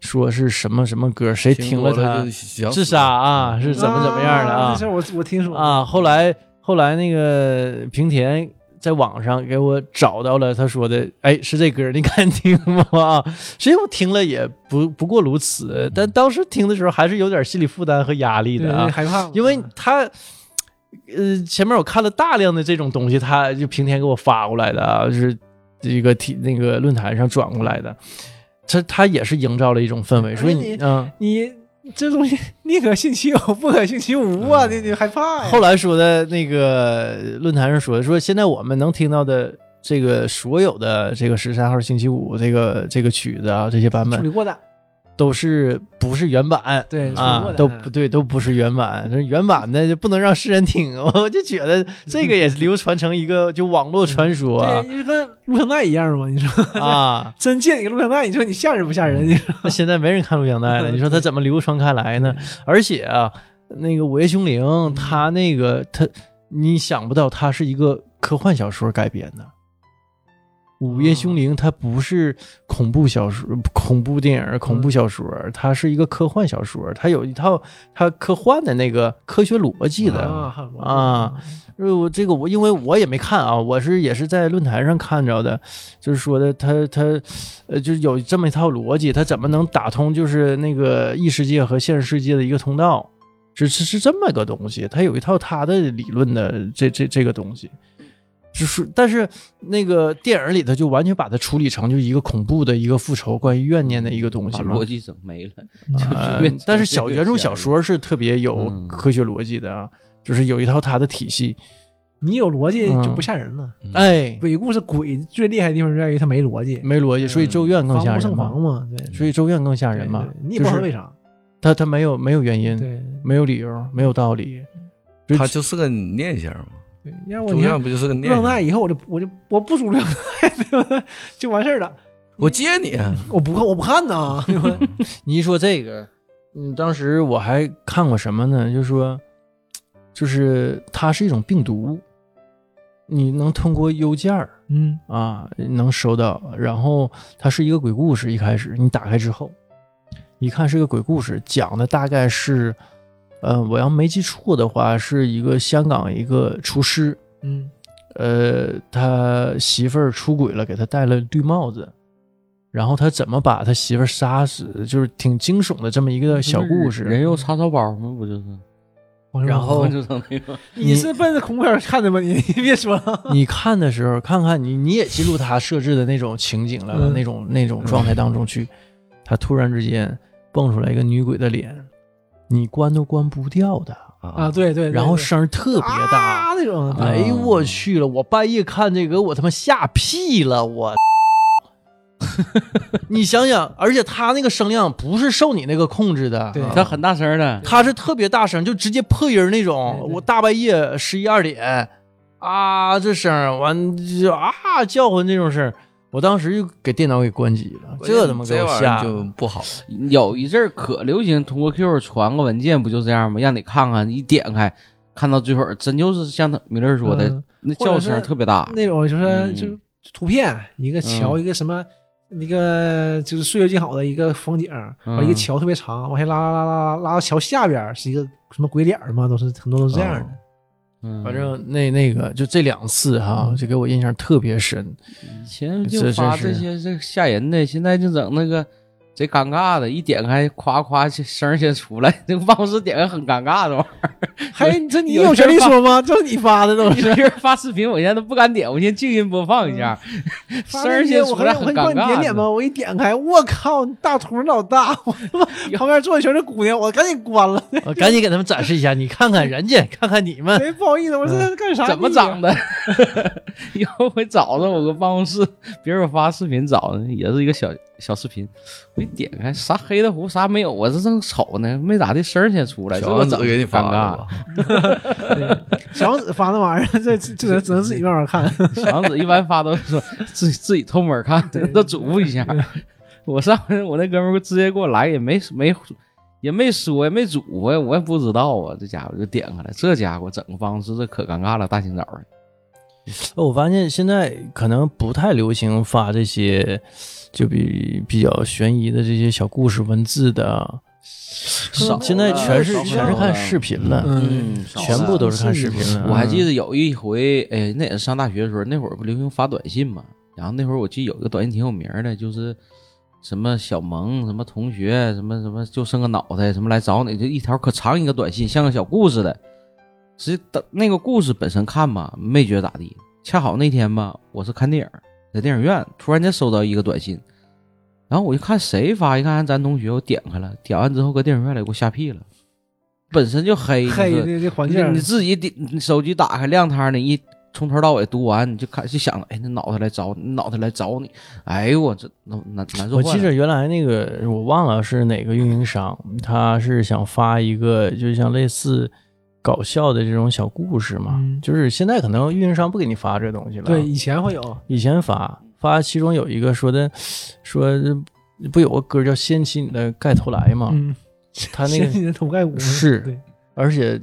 Speaker 2: 说是什么什么歌，谁嗯听
Speaker 5: 了
Speaker 2: 了它自
Speaker 5: 自
Speaker 2: 杀啊，是怎么怎么样的
Speaker 3: 啊这事儿我我听说过
Speaker 2: 啊，后来后来那个平田在网上给我找到了，他说的，哎，是这歌，你敢听吗？啊，实际我听了也不不过如此，但当时听的时候还是有点心理负担和压力
Speaker 3: 对
Speaker 2: 的啊，
Speaker 3: 害怕嗯嘛，
Speaker 2: 因为他。呃，前面我看了大量的这种东西，他就平田给我发过来的啊，就是这个体那个论坛上转过来的，他他也是营造了一种氛围，所以
Speaker 3: 而且你
Speaker 2: 嗯，
Speaker 3: 你这东西宁可信其有，不可信其无啊！你你害怕呀？
Speaker 2: 嗯 后来说的那个论坛上说的，说现在我们能听到的这个所有的这个十三号星期五这个这个曲子啊，这些版
Speaker 3: 处
Speaker 2: 本
Speaker 3: 理过的，
Speaker 2: 都是不是原版
Speaker 3: 对，处理过嗯
Speaker 2: 啊
Speaker 3: 的，
Speaker 2: 都不对，都不是原版，这原版的就不能让世人听。我就觉得这个也是流传成一个就网络传说
Speaker 3: 对，
Speaker 2: 啊
Speaker 3: 你就跟录像带一样嘛。你说
Speaker 2: 啊，
Speaker 3: 真借你个录像带，你说你吓人不吓
Speaker 2: 嗯
Speaker 3: 人？你说
Speaker 2: 那现在没人看录像带了，你说它怎么流传开来呢？而且啊，那个《午夜凶铃》，它那个它，你想不到它是一个科幻小说改编的，《午夜凶铃》它不是恐怖小说、恐怖电影、恐怖小说，它是一个科幻小说，它有一套它科幻的那个科学逻辑的。
Speaker 3: 啊好吧
Speaker 2: 啊呃，我这个我因为我也没看啊，我是也是在论坛上看着的，就是说的他他，呃，就是有这么一套逻辑，他怎么能打通就是那个异世界和现实世界的一个通道，是是是这么个东西，他有一套他的理论的这这这个东西，就是但是那个电影里头就完全把它处理成就一个恐怖的一个复仇关于怨念的一个东
Speaker 4: 把
Speaker 2: 西嘛
Speaker 4: 逻辑整没了，
Speaker 2: 呃
Speaker 4: 就变成
Speaker 2: 但是
Speaker 4: 这
Speaker 2: 小
Speaker 4: 个
Speaker 2: 原著
Speaker 4: 小
Speaker 2: 小说是特别有
Speaker 4: 嗯
Speaker 2: 科学逻辑的啊，就是有一套它的体系，
Speaker 3: 你有逻辑就
Speaker 2: 嗯
Speaker 3: 不吓人了。
Speaker 4: 嗯
Speaker 2: 哎，
Speaker 3: 鬼故事鬼最厉害的地方在于它没逻辑，
Speaker 2: 没逻辑，所以咒怨更吓
Speaker 3: 防不
Speaker 2: 人
Speaker 3: 胜
Speaker 2: 嘛
Speaker 3: 防。嘛。对，
Speaker 2: 所以咒怨更吓
Speaker 3: 吓
Speaker 2: 人嘛，
Speaker 3: 你也
Speaker 2: 就
Speaker 3: 不知道
Speaker 2: 是嗯
Speaker 3: 为啥。
Speaker 2: 他他没有没有原因，
Speaker 3: 对
Speaker 2: 没有理由，没有道理。
Speaker 5: 他就是个念想嘛，
Speaker 3: 对，要我
Speaker 5: 中
Speaker 3: 你看
Speaker 5: 央不就是个
Speaker 3: 录
Speaker 5: 念
Speaker 3: 像
Speaker 5: 想？
Speaker 3: 带以后，我就我就我不租录像带， 对不对？就完事儿了。
Speaker 5: 我接你，
Speaker 3: 我不看，我不看呐。对吧
Speaker 2: 你一说这个，嗯，当时我还看过什么呢？就说，就是它是一种病毒，你能通过邮件儿
Speaker 3: 嗯，
Speaker 2: 啊能收到，然后它是一个鬼故事，一开始你打开之后，一看是个鬼故事，讲的大概是，呃，我要没记错的话，是一个香港一个厨师，
Speaker 3: 嗯，
Speaker 2: 呃，他媳妇儿出轨了，给他戴了绿帽子，然后他怎么把他媳妇儿杀死，就是挺惊悚的这么一个小故
Speaker 4: 嗯人
Speaker 2: 事。
Speaker 4: 肉叉烧包吗？不就是，
Speaker 3: 嗯
Speaker 2: 然后
Speaker 4: 就成那个，
Speaker 3: 你是奔着恐怖片儿看的吗？你 你别说了，
Speaker 2: 你看的时候，看看你你也记录他设置的那种情景了，
Speaker 3: 嗯
Speaker 2: 那种那种状态当中去，他突然之间蹦出来一个女鬼的脸，你关都关不掉的，
Speaker 3: 啊，对对，对
Speaker 2: 然后
Speaker 3: 对
Speaker 2: 声儿特别大，
Speaker 3: 啊那种，
Speaker 2: 哎呦我去了！我半夜看这个，我他妈吓屁了！我， 你想想，而且他那个声量不是受你那个控制的，啊
Speaker 3: 对
Speaker 4: 他很大声的，
Speaker 2: 他是特别大声，就直接破音儿那种
Speaker 3: 对。对
Speaker 2: 我大半夜十一二点啊，这声儿完就啊叫唤这种声儿，我当时就给电脑给关机了，这他妈给
Speaker 5: 这
Speaker 2: 我
Speaker 5: 玩意
Speaker 2: 吓
Speaker 5: 儿
Speaker 2: 的
Speaker 5: 就不好，
Speaker 4: 有一阵儿可流行通过 Q 传个文件，不就这样吗？让你看看，一点开，看到最后真就是像他米勒说的，
Speaker 3: 嗯
Speaker 4: 那
Speaker 3: 或者
Speaker 4: 叫
Speaker 3: 是
Speaker 4: 声特别大，
Speaker 3: 那种就是
Speaker 4: 嗯
Speaker 3: 就图片一个桥一个什么。一个就是岁月静好的一个风景，完一个
Speaker 4: 嗯
Speaker 3: 桥特别长，往下拉拉拉拉拉到桥下边儿是一个什么鬼脸儿嘛，都是很多都是这样的。
Speaker 4: 嗯
Speaker 2: 反正那那个就这两次哈，就给我印象特别深。
Speaker 4: 以前就
Speaker 2: 这真
Speaker 4: 发
Speaker 2: 是
Speaker 4: 这些这吓人的，现在就整那个贼尴尬的，一点开夸夸声儿先出来，这个办公室点开很尴尬 的玩意儿。
Speaker 3: 还这你有权利说吗？这是你发的都
Speaker 4: 有
Speaker 3: 是，
Speaker 4: 些人发视频，我现在都不敢点，我先静音播放一下，
Speaker 3: 嗯
Speaker 4: 声儿先
Speaker 3: 我
Speaker 4: 出
Speaker 3: 还
Speaker 4: 来
Speaker 3: 我
Speaker 4: 很
Speaker 3: 还
Speaker 4: 尴
Speaker 3: 你点
Speaker 4: 尬
Speaker 3: 点
Speaker 4: 的。
Speaker 3: 吧，我一点开，我靠，你大图老大， 我他妈旁边坐的全是姑娘，我赶紧关了。
Speaker 2: 我啊赶紧给他们展示一下，你看看人家，看看 你们，
Speaker 3: 哎，不好意思，啊我
Speaker 5: 嗯
Speaker 3: 这干啥？
Speaker 4: 怎么长？的？ 以后我找着我个办公室，别人发视频找的，也是一个小小视频，我一点开啥黑的糊啥没有，我这正瞅呢，没咋的声儿先出来，这
Speaker 5: 小
Speaker 4: 我
Speaker 5: 王
Speaker 4: 整
Speaker 5: 子给你发
Speaker 4: 尴尬
Speaker 5: 了。吧？
Speaker 3: 小王子发那玩意儿，这这这只能自己慢慢看。
Speaker 4: 小王子一般发都是说自己自己偷摸看，都嘱咐一下。我上回我那哥们儿直接给我来，也没没也没说，也没嘱咐，我也不知道啊。这家伙就点开了，这家伙整个办公室这可尴尬了，大清早的。
Speaker 2: 我发现现在可能不太流行发这些，就比比较悬疑的这些小故事文字的，
Speaker 4: 少
Speaker 2: 现在全是
Speaker 4: 了
Speaker 2: 全是看视频了，
Speaker 4: 嗯，少了
Speaker 2: 全部都是看视频了。
Speaker 4: 我还记
Speaker 2: 得，
Speaker 4: 得有一回，哎，那也是上大学的时候，那会儿不流行发短信嘛。然后那会儿我记得有一个短信挺有名儿的，就是什么小萌、什么同学、什么什么就剩个脑袋，什么来找你，就一条可长一个短信，像个小故事的。其实当那个故事本身看吧，没觉得咋地。恰好那天吧，我是看电影儿，在电影院突然间收到一个短信，然后我就看谁发，一看咱同学，我点开了，点完之后搁电影院里给我吓屁了，本身就 黑，你
Speaker 3: 嘿，
Speaker 4: 说
Speaker 3: 这这环
Speaker 4: 啊你
Speaker 3: 境儿
Speaker 4: 你，自己点你手机打开亮摊你一从头到尾读完，你就看就想着，哎，那脑袋来找你，脑袋来找你，哎呦我这难难难
Speaker 2: 嗯
Speaker 4: 受坏了。
Speaker 2: 我记着原来那个我忘了是哪个运营商，他是想发一个就像类似搞笑的这种小故事嘛，
Speaker 3: 嗯
Speaker 2: 就是现在可能运营商不给你发这东西了，
Speaker 3: 对，以前会有，
Speaker 2: 以前发发，其中有一个说的，说不有个歌叫《掀起你的盖头来》吗？
Speaker 3: 嗯，
Speaker 2: 他那
Speaker 3: 掀起
Speaker 2: 个，
Speaker 3: 你的头盖骨
Speaker 2: 是
Speaker 3: 对，
Speaker 2: 而且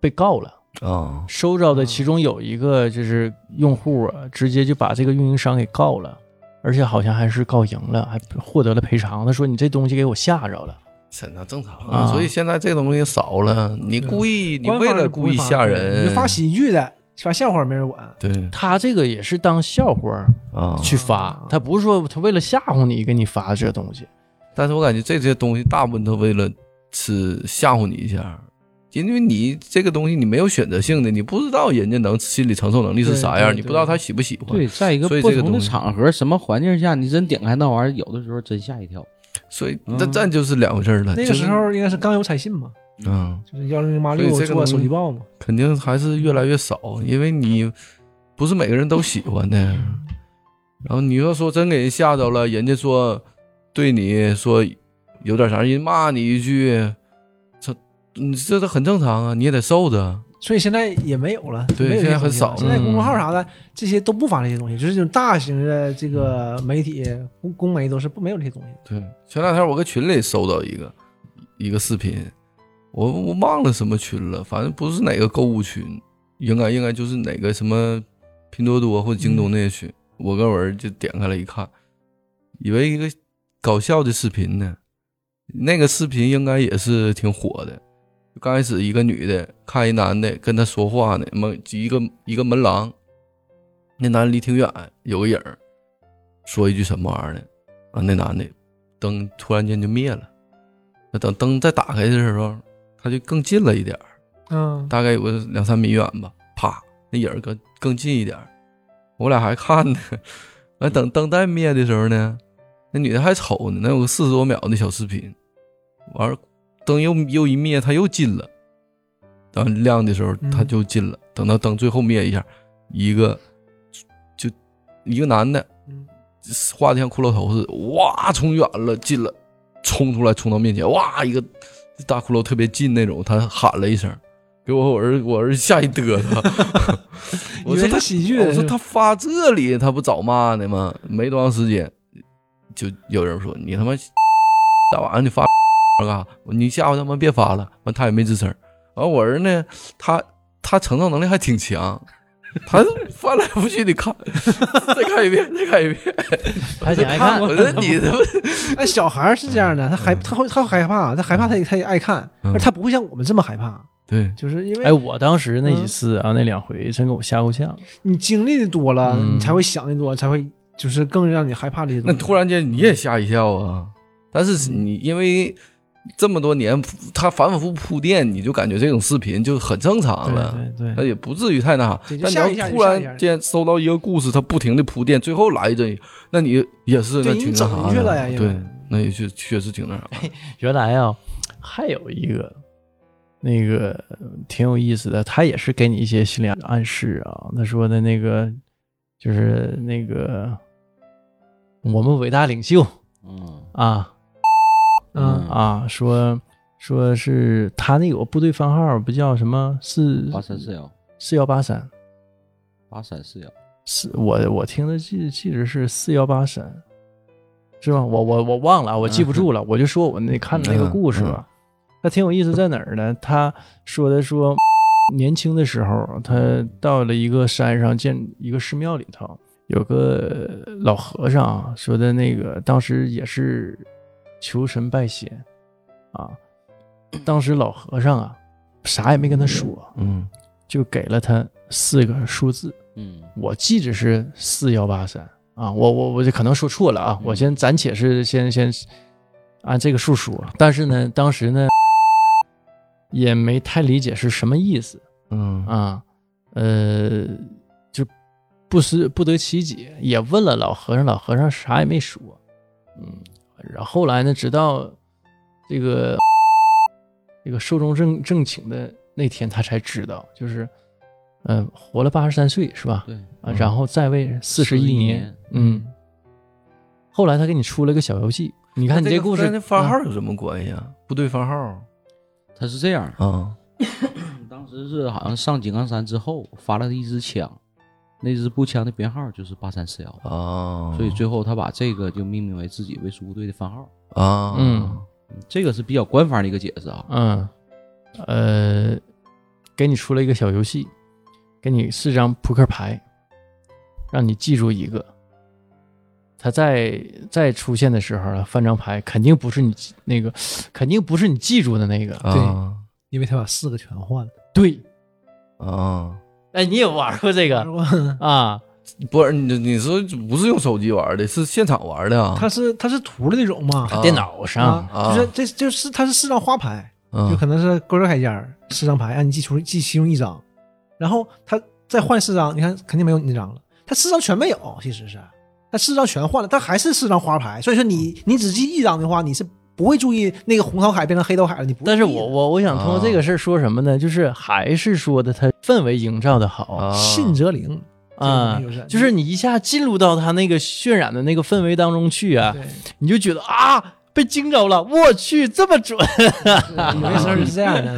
Speaker 2: 被告了。
Speaker 5: 啊，
Speaker 2: 收着的其中有一个就是用户啊，直接就把这个运营商给告了，而且好像还是告赢了，还获得了赔偿。他说你这东西给我吓着了，
Speaker 5: 真的正常
Speaker 2: 啊
Speaker 5: 所以现在这东西少了，你故意，你
Speaker 3: 官
Speaker 5: 为
Speaker 3: 方
Speaker 5: 了
Speaker 3: 是不
Speaker 5: 故
Speaker 3: 会
Speaker 5: 意
Speaker 3: 发
Speaker 5: 吓
Speaker 3: 的你
Speaker 5: 人啊
Speaker 3: 就，发喜剧的，发笑话没人管。
Speaker 5: 对
Speaker 2: 他这个也是当笑话
Speaker 5: 啊。
Speaker 2: 去发
Speaker 3: 啊，
Speaker 2: 他不是说他为了吓唬你给你发这东西。
Speaker 5: 但是我感觉这些东西大部分都为了吃吓唬你一下，因为你这个东西你没有选择性的，你不知道人家能心理承受能力是啥样，
Speaker 3: 对对
Speaker 5: 你不知道他喜不喜欢。
Speaker 4: 对，在一个
Speaker 5: 所以
Speaker 4: 不
Speaker 5: 这个
Speaker 4: 同的
Speaker 5: 东西
Speaker 4: 场合、什么环境下，你真点开那玩意儿，有的时候真吓一跳。
Speaker 5: 所以这这就是两回事儿了。
Speaker 3: 嗯那
Speaker 5: 就
Speaker 3: 个
Speaker 5: 是
Speaker 3: 时，候应该是刚有彩信嘛，
Speaker 5: 嗯，
Speaker 3: 就是幺零零八
Speaker 5: 所以
Speaker 3: 六
Speaker 5: 这个
Speaker 3: 做
Speaker 5: 东西
Speaker 3: 手机报嘛。
Speaker 5: 肯定还是越来越少，因为你不是每个人都喜欢的。然后你要说真给人吓着了，人家说对你说有点啥，人骂你一句，这你这都很正常啊，你也得受着。
Speaker 3: 所以现在也没有了，
Speaker 5: 对
Speaker 3: 没有这
Speaker 5: 现
Speaker 3: 些
Speaker 5: 在
Speaker 3: 东
Speaker 5: 很
Speaker 3: 西了
Speaker 5: 少
Speaker 3: 现在公众号
Speaker 2: 嗯
Speaker 3: 啥的，这些都不发这些东西，就是这种大型的这个媒体、公公媒都是不没有这些东西。
Speaker 5: 对，前两天我搁群里搜到一个一个视频，我我忘了什么群了，反正不是哪个购物群，应该应该就是哪个什么拼多多或者京东那些群。我跟我儿就点开了一看，以为一个搞笑的视频呢，那个视频应该也是挺火的。刚开始一个女的看一男的跟她说话呢，门一个一个门廊，那男的离挺远，有个影儿，说一句什么玩意儿呢？啊，那男的灯突然间就灭了。那等灯再打开的时候，他就更近了一点儿，
Speaker 3: 嗯，
Speaker 5: 大概有个两三米远吧。啪，那影儿更更近一点儿，我俩还看呢。完等灯再灭的时候呢，那女的还瞅呢，能有个四十多秒的小视频。完，灯又又一灭，他又近了。等亮的时候，
Speaker 3: 嗯
Speaker 5: 他就近了。等到灯最后灭一下，一个就一个男的
Speaker 3: 嗯，
Speaker 5: 画的像骷髅头似的，哇，从远了近了，冲出来冲到面前，哇，一个大骷髅特别近那种，他喊了一声，给我我儿我儿子吓一嘚瑟。我
Speaker 3: 以
Speaker 5: 说
Speaker 3: 为
Speaker 5: 他
Speaker 3: 是喜剧的
Speaker 5: 我
Speaker 3: 是
Speaker 5: 说
Speaker 3: 吧
Speaker 5: 他发这里，他不早骂呢吗？没多长时间，就有人说你他妈咋玩意儿？你发干啥？你下回他妈别发了。完他也没吱声儿。完我儿呢，他他承受能力还挺强，他翻来覆去的看，再看一遍，再看一遍。
Speaker 2: 还挺爱看
Speaker 5: 我说你他妈
Speaker 3: 哎，小孩儿是这样的，他害他会他会害怕，他害怕他也他也爱看，
Speaker 5: 嗯
Speaker 3: 而他不会像我们这么害怕，
Speaker 5: 对
Speaker 3: 就是因
Speaker 2: 哎，
Speaker 3: 为
Speaker 2: 我当时那几次啊，那两回真给我吓够呛。
Speaker 3: 你经历的多了，
Speaker 2: 嗯
Speaker 3: 你才会想的多，才会就是更让你害怕这些东
Speaker 5: 那
Speaker 3: 西。
Speaker 5: 突然间你也吓一跳啊！但是你因为这么多年它反反复复铺垫，你就感觉这种视频就很正常了。
Speaker 2: 对对
Speaker 5: 那
Speaker 2: 对，
Speaker 5: 也不至于太那啥
Speaker 3: 对，就
Speaker 5: 但你
Speaker 3: 吓一下
Speaker 5: 要
Speaker 3: 就
Speaker 5: 突
Speaker 3: 吓一下
Speaker 5: 然间收到一个故事，它不停的铺垫，最后来一阵，那你也是
Speaker 3: 对
Speaker 5: 那
Speaker 3: 你
Speaker 5: 挺那
Speaker 3: 整
Speaker 5: 啥
Speaker 3: 进去了呀
Speaker 5: 的，
Speaker 3: 因为
Speaker 5: 对，那也确确实挺那啥的。
Speaker 2: 原来啊还有一个。那个挺有意思的，他也是给你一些心理暗示啊。他说的那个就是那个我们伟大领袖
Speaker 4: 嗯
Speaker 2: 啊，
Speaker 3: 嗯
Speaker 2: 啊，说说是他那有个部队番号不叫什么四
Speaker 4: 八三四幺
Speaker 2: 四幺八三
Speaker 4: 八三四幺，
Speaker 2: 四，我我听的记记着是四幺八三，是吧？我我我忘了，我记不住了，我就说我那看的那个
Speaker 5: 嗯
Speaker 2: 故事吧，他挺有意思在哪儿呢？他说的说年轻的时候，他到了一个山上见一个寺庙里头。有个老和尚啊说的那个，当时也是求神拜仙，啊，当时老和尚啊，啥也没跟他说，
Speaker 5: 嗯，
Speaker 2: 就给了他四个数字，
Speaker 4: 嗯
Speaker 2: 我记着是四幺八三啊，我我我这可能说错了啊，我先暂且是先先按这个数说，但是呢，当时呢也没太理解是什么意思，
Speaker 5: 嗯
Speaker 2: 啊，呃，就不思不得其解，也问了老和尚，老和尚啥也没说。嗯，然后后来呢，直到这个这个寿终正正寝的那天，他才知道，就是，呃，活了八十三岁是吧？
Speaker 4: 对，嗯
Speaker 2: 啊，然后在位四十一
Speaker 4: 41
Speaker 2: 年。
Speaker 4: 年
Speaker 2: 嗯，后来他给你出了个小游戏，你看你
Speaker 5: 这
Speaker 2: 这故事
Speaker 5: 那番
Speaker 2: 啊
Speaker 5: 号有什么关系啊？部队番号
Speaker 4: 他是这样，
Speaker 5: 啊，
Speaker 4: 当时是好像上井冈山之后发了一支枪，那支步枪的编号就是八三四
Speaker 2: 哦
Speaker 4: 幺，
Speaker 5: 啊，
Speaker 4: 所以最后他把这个就命名为自己卫戍部队的番号，
Speaker 5: 啊，
Speaker 2: 嗯
Speaker 4: 嗯这个是比较官方的一个解释啊。
Speaker 2: 嗯，呃，给你出了一个小游戏，给你四张扑克牌，让你记住一个。他再再出现的时候啊，翻张牌肯定不是你记那个，肯定不是你记住的那个。
Speaker 5: 啊
Speaker 3: 因为他把四个全换了。
Speaker 2: 对，
Speaker 5: 啊，
Speaker 2: 哎，你也玩过这 个啊？
Speaker 5: 不是你你是不是用手机玩的？是现场玩的啊？
Speaker 3: 它是它是图的那种嘛，
Speaker 5: 啊
Speaker 2: 电脑上，
Speaker 5: 啊
Speaker 3: 就是这就是它是四张花牌，
Speaker 5: 啊
Speaker 3: 就可能是勾勾开尖儿四张牌，让你记出记其中一张，然后他再换四张，你看肯定没有你那张了，他四张全没有，其实是他四张全换了，但还是四张花牌，所以说
Speaker 2: 嗯
Speaker 3: 你你只记一张的话，你是不会注意那个红桃海变成黑桃海了，啊你不会
Speaker 2: 但是
Speaker 3: 记
Speaker 2: 我我我想通过这个事儿说什么呢？就是还是说的他氛围营造的好
Speaker 5: 啊，
Speaker 3: 信则灵
Speaker 2: 啊
Speaker 3: 这个东西，
Speaker 2: 就是你一下进入到他那个渲染的那个氛围当中去啊，
Speaker 3: 对，
Speaker 2: 你就觉得啊，被惊着了，我去，这么 准，
Speaker 3: 有些时候是这样 的，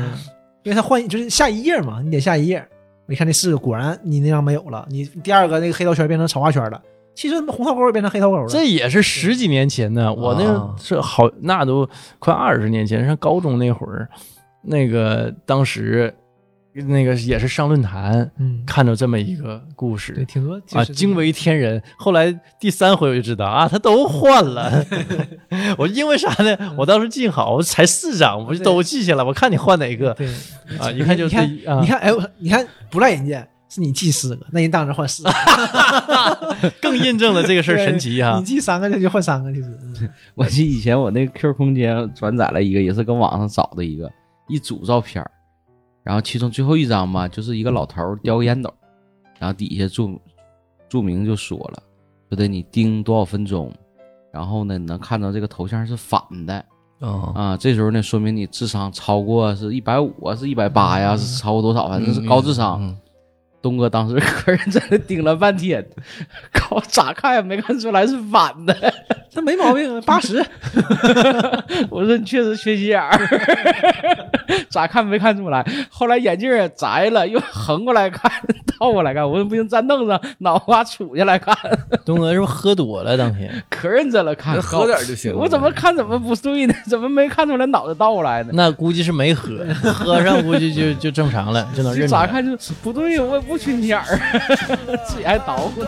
Speaker 3: 因为他换就是下一页嘛，你点下一页，我一看那四个果然你那张没有了，你第二个那个黑桃圈变成草花圈了，其实红桃勾也变成黑桃勾了，
Speaker 2: 这也是十几年前呢，我那
Speaker 5: 啊
Speaker 2: 是好，那都快二十年前，上高中那会儿，那个当时那个也是上论坛
Speaker 3: 嗯，
Speaker 2: 看到这么一个故
Speaker 3: 对，
Speaker 2: 事。
Speaker 3: 挺多
Speaker 2: 啊，惊为天人！后来第三回我就知道啊，他都换 了。 我因为啥
Speaker 3: 嗯
Speaker 2: 呢？我当时记好，我才四张，我就都记下来。我看你换哪个
Speaker 3: 对，
Speaker 2: 啊？一看就
Speaker 3: 嗯你看
Speaker 2: 这啊
Speaker 3: 你看，哎，我你看不赖人家，是你记四个，那人当然换四 个，
Speaker 2: 更印证了这 个事儿神奇啊哈
Speaker 3: 你。记三个，他就换三个，其实嗯
Speaker 4: 我记得以前我那个 Q 空间转载了一个，也是跟网上找的一个一组照片儿然后其中最后一张吧，就是一个老头儿叼个烟斗，
Speaker 5: 嗯
Speaker 4: 然后底下注注明就说了，说得你盯多少分钟，然后呢你能看到这个头像是反的
Speaker 5: 啊，
Speaker 4: 啊，这时候呢说明你智商超过是一百五啊，是一百八呀，是超过多少，反正是高智商。
Speaker 5: 嗯
Speaker 4: 东哥当时 个人在那盯了半天，搞咋看也没看出来是反的。
Speaker 3: 那没毛病啊，八十，
Speaker 4: 我说你确实缺心眼儿， 咋看没看出来？后来眼镜儿也摘了，又横过来看， 倒过来看。我说不行，站凳上，脑瓜杵下来看，
Speaker 2: 东哥是不是喝多了当 天？
Speaker 4: 可认真了看。
Speaker 5: 那喝点儿就行了
Speaker 4: 我怎么看怎么不对呢？ 怎么没看出来脑袋倒过来呢？
Speaker 2: 那估计是没喝，喝上估计就就正常了，就能
Speaker 4: 就
Speaker 2: 认出
Speaker 4: 咋
Speaker 2: 来。
Speaker 4: 看就不对，我也不缺心眼儿， 自己还捣鼓。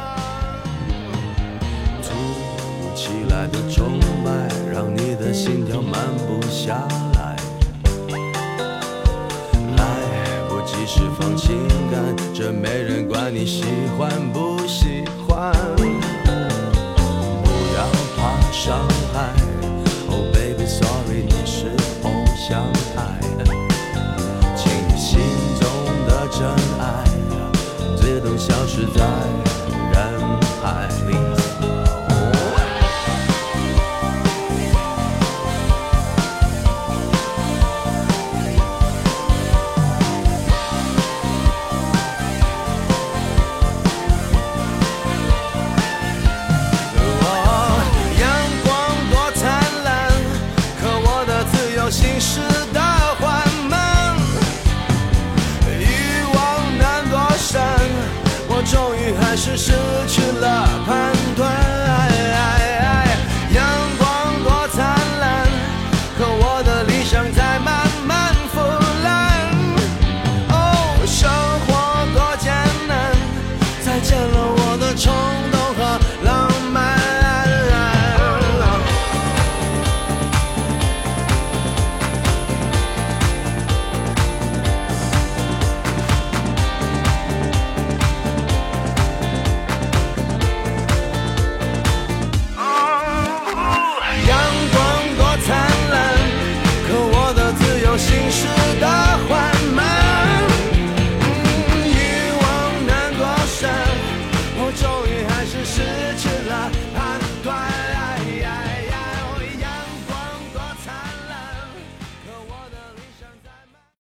Speaker 1: 突如其来的崇拜，让你的心跳慢不下来。来不及释放情感，这没人管你喜欢不喜欢。不要怕伤害，哦，被是在人海里。哦，阳光多灿烂，可我的自由行驶的缓慢，一往难多深，我终于还是失去了判断。哦嗯哎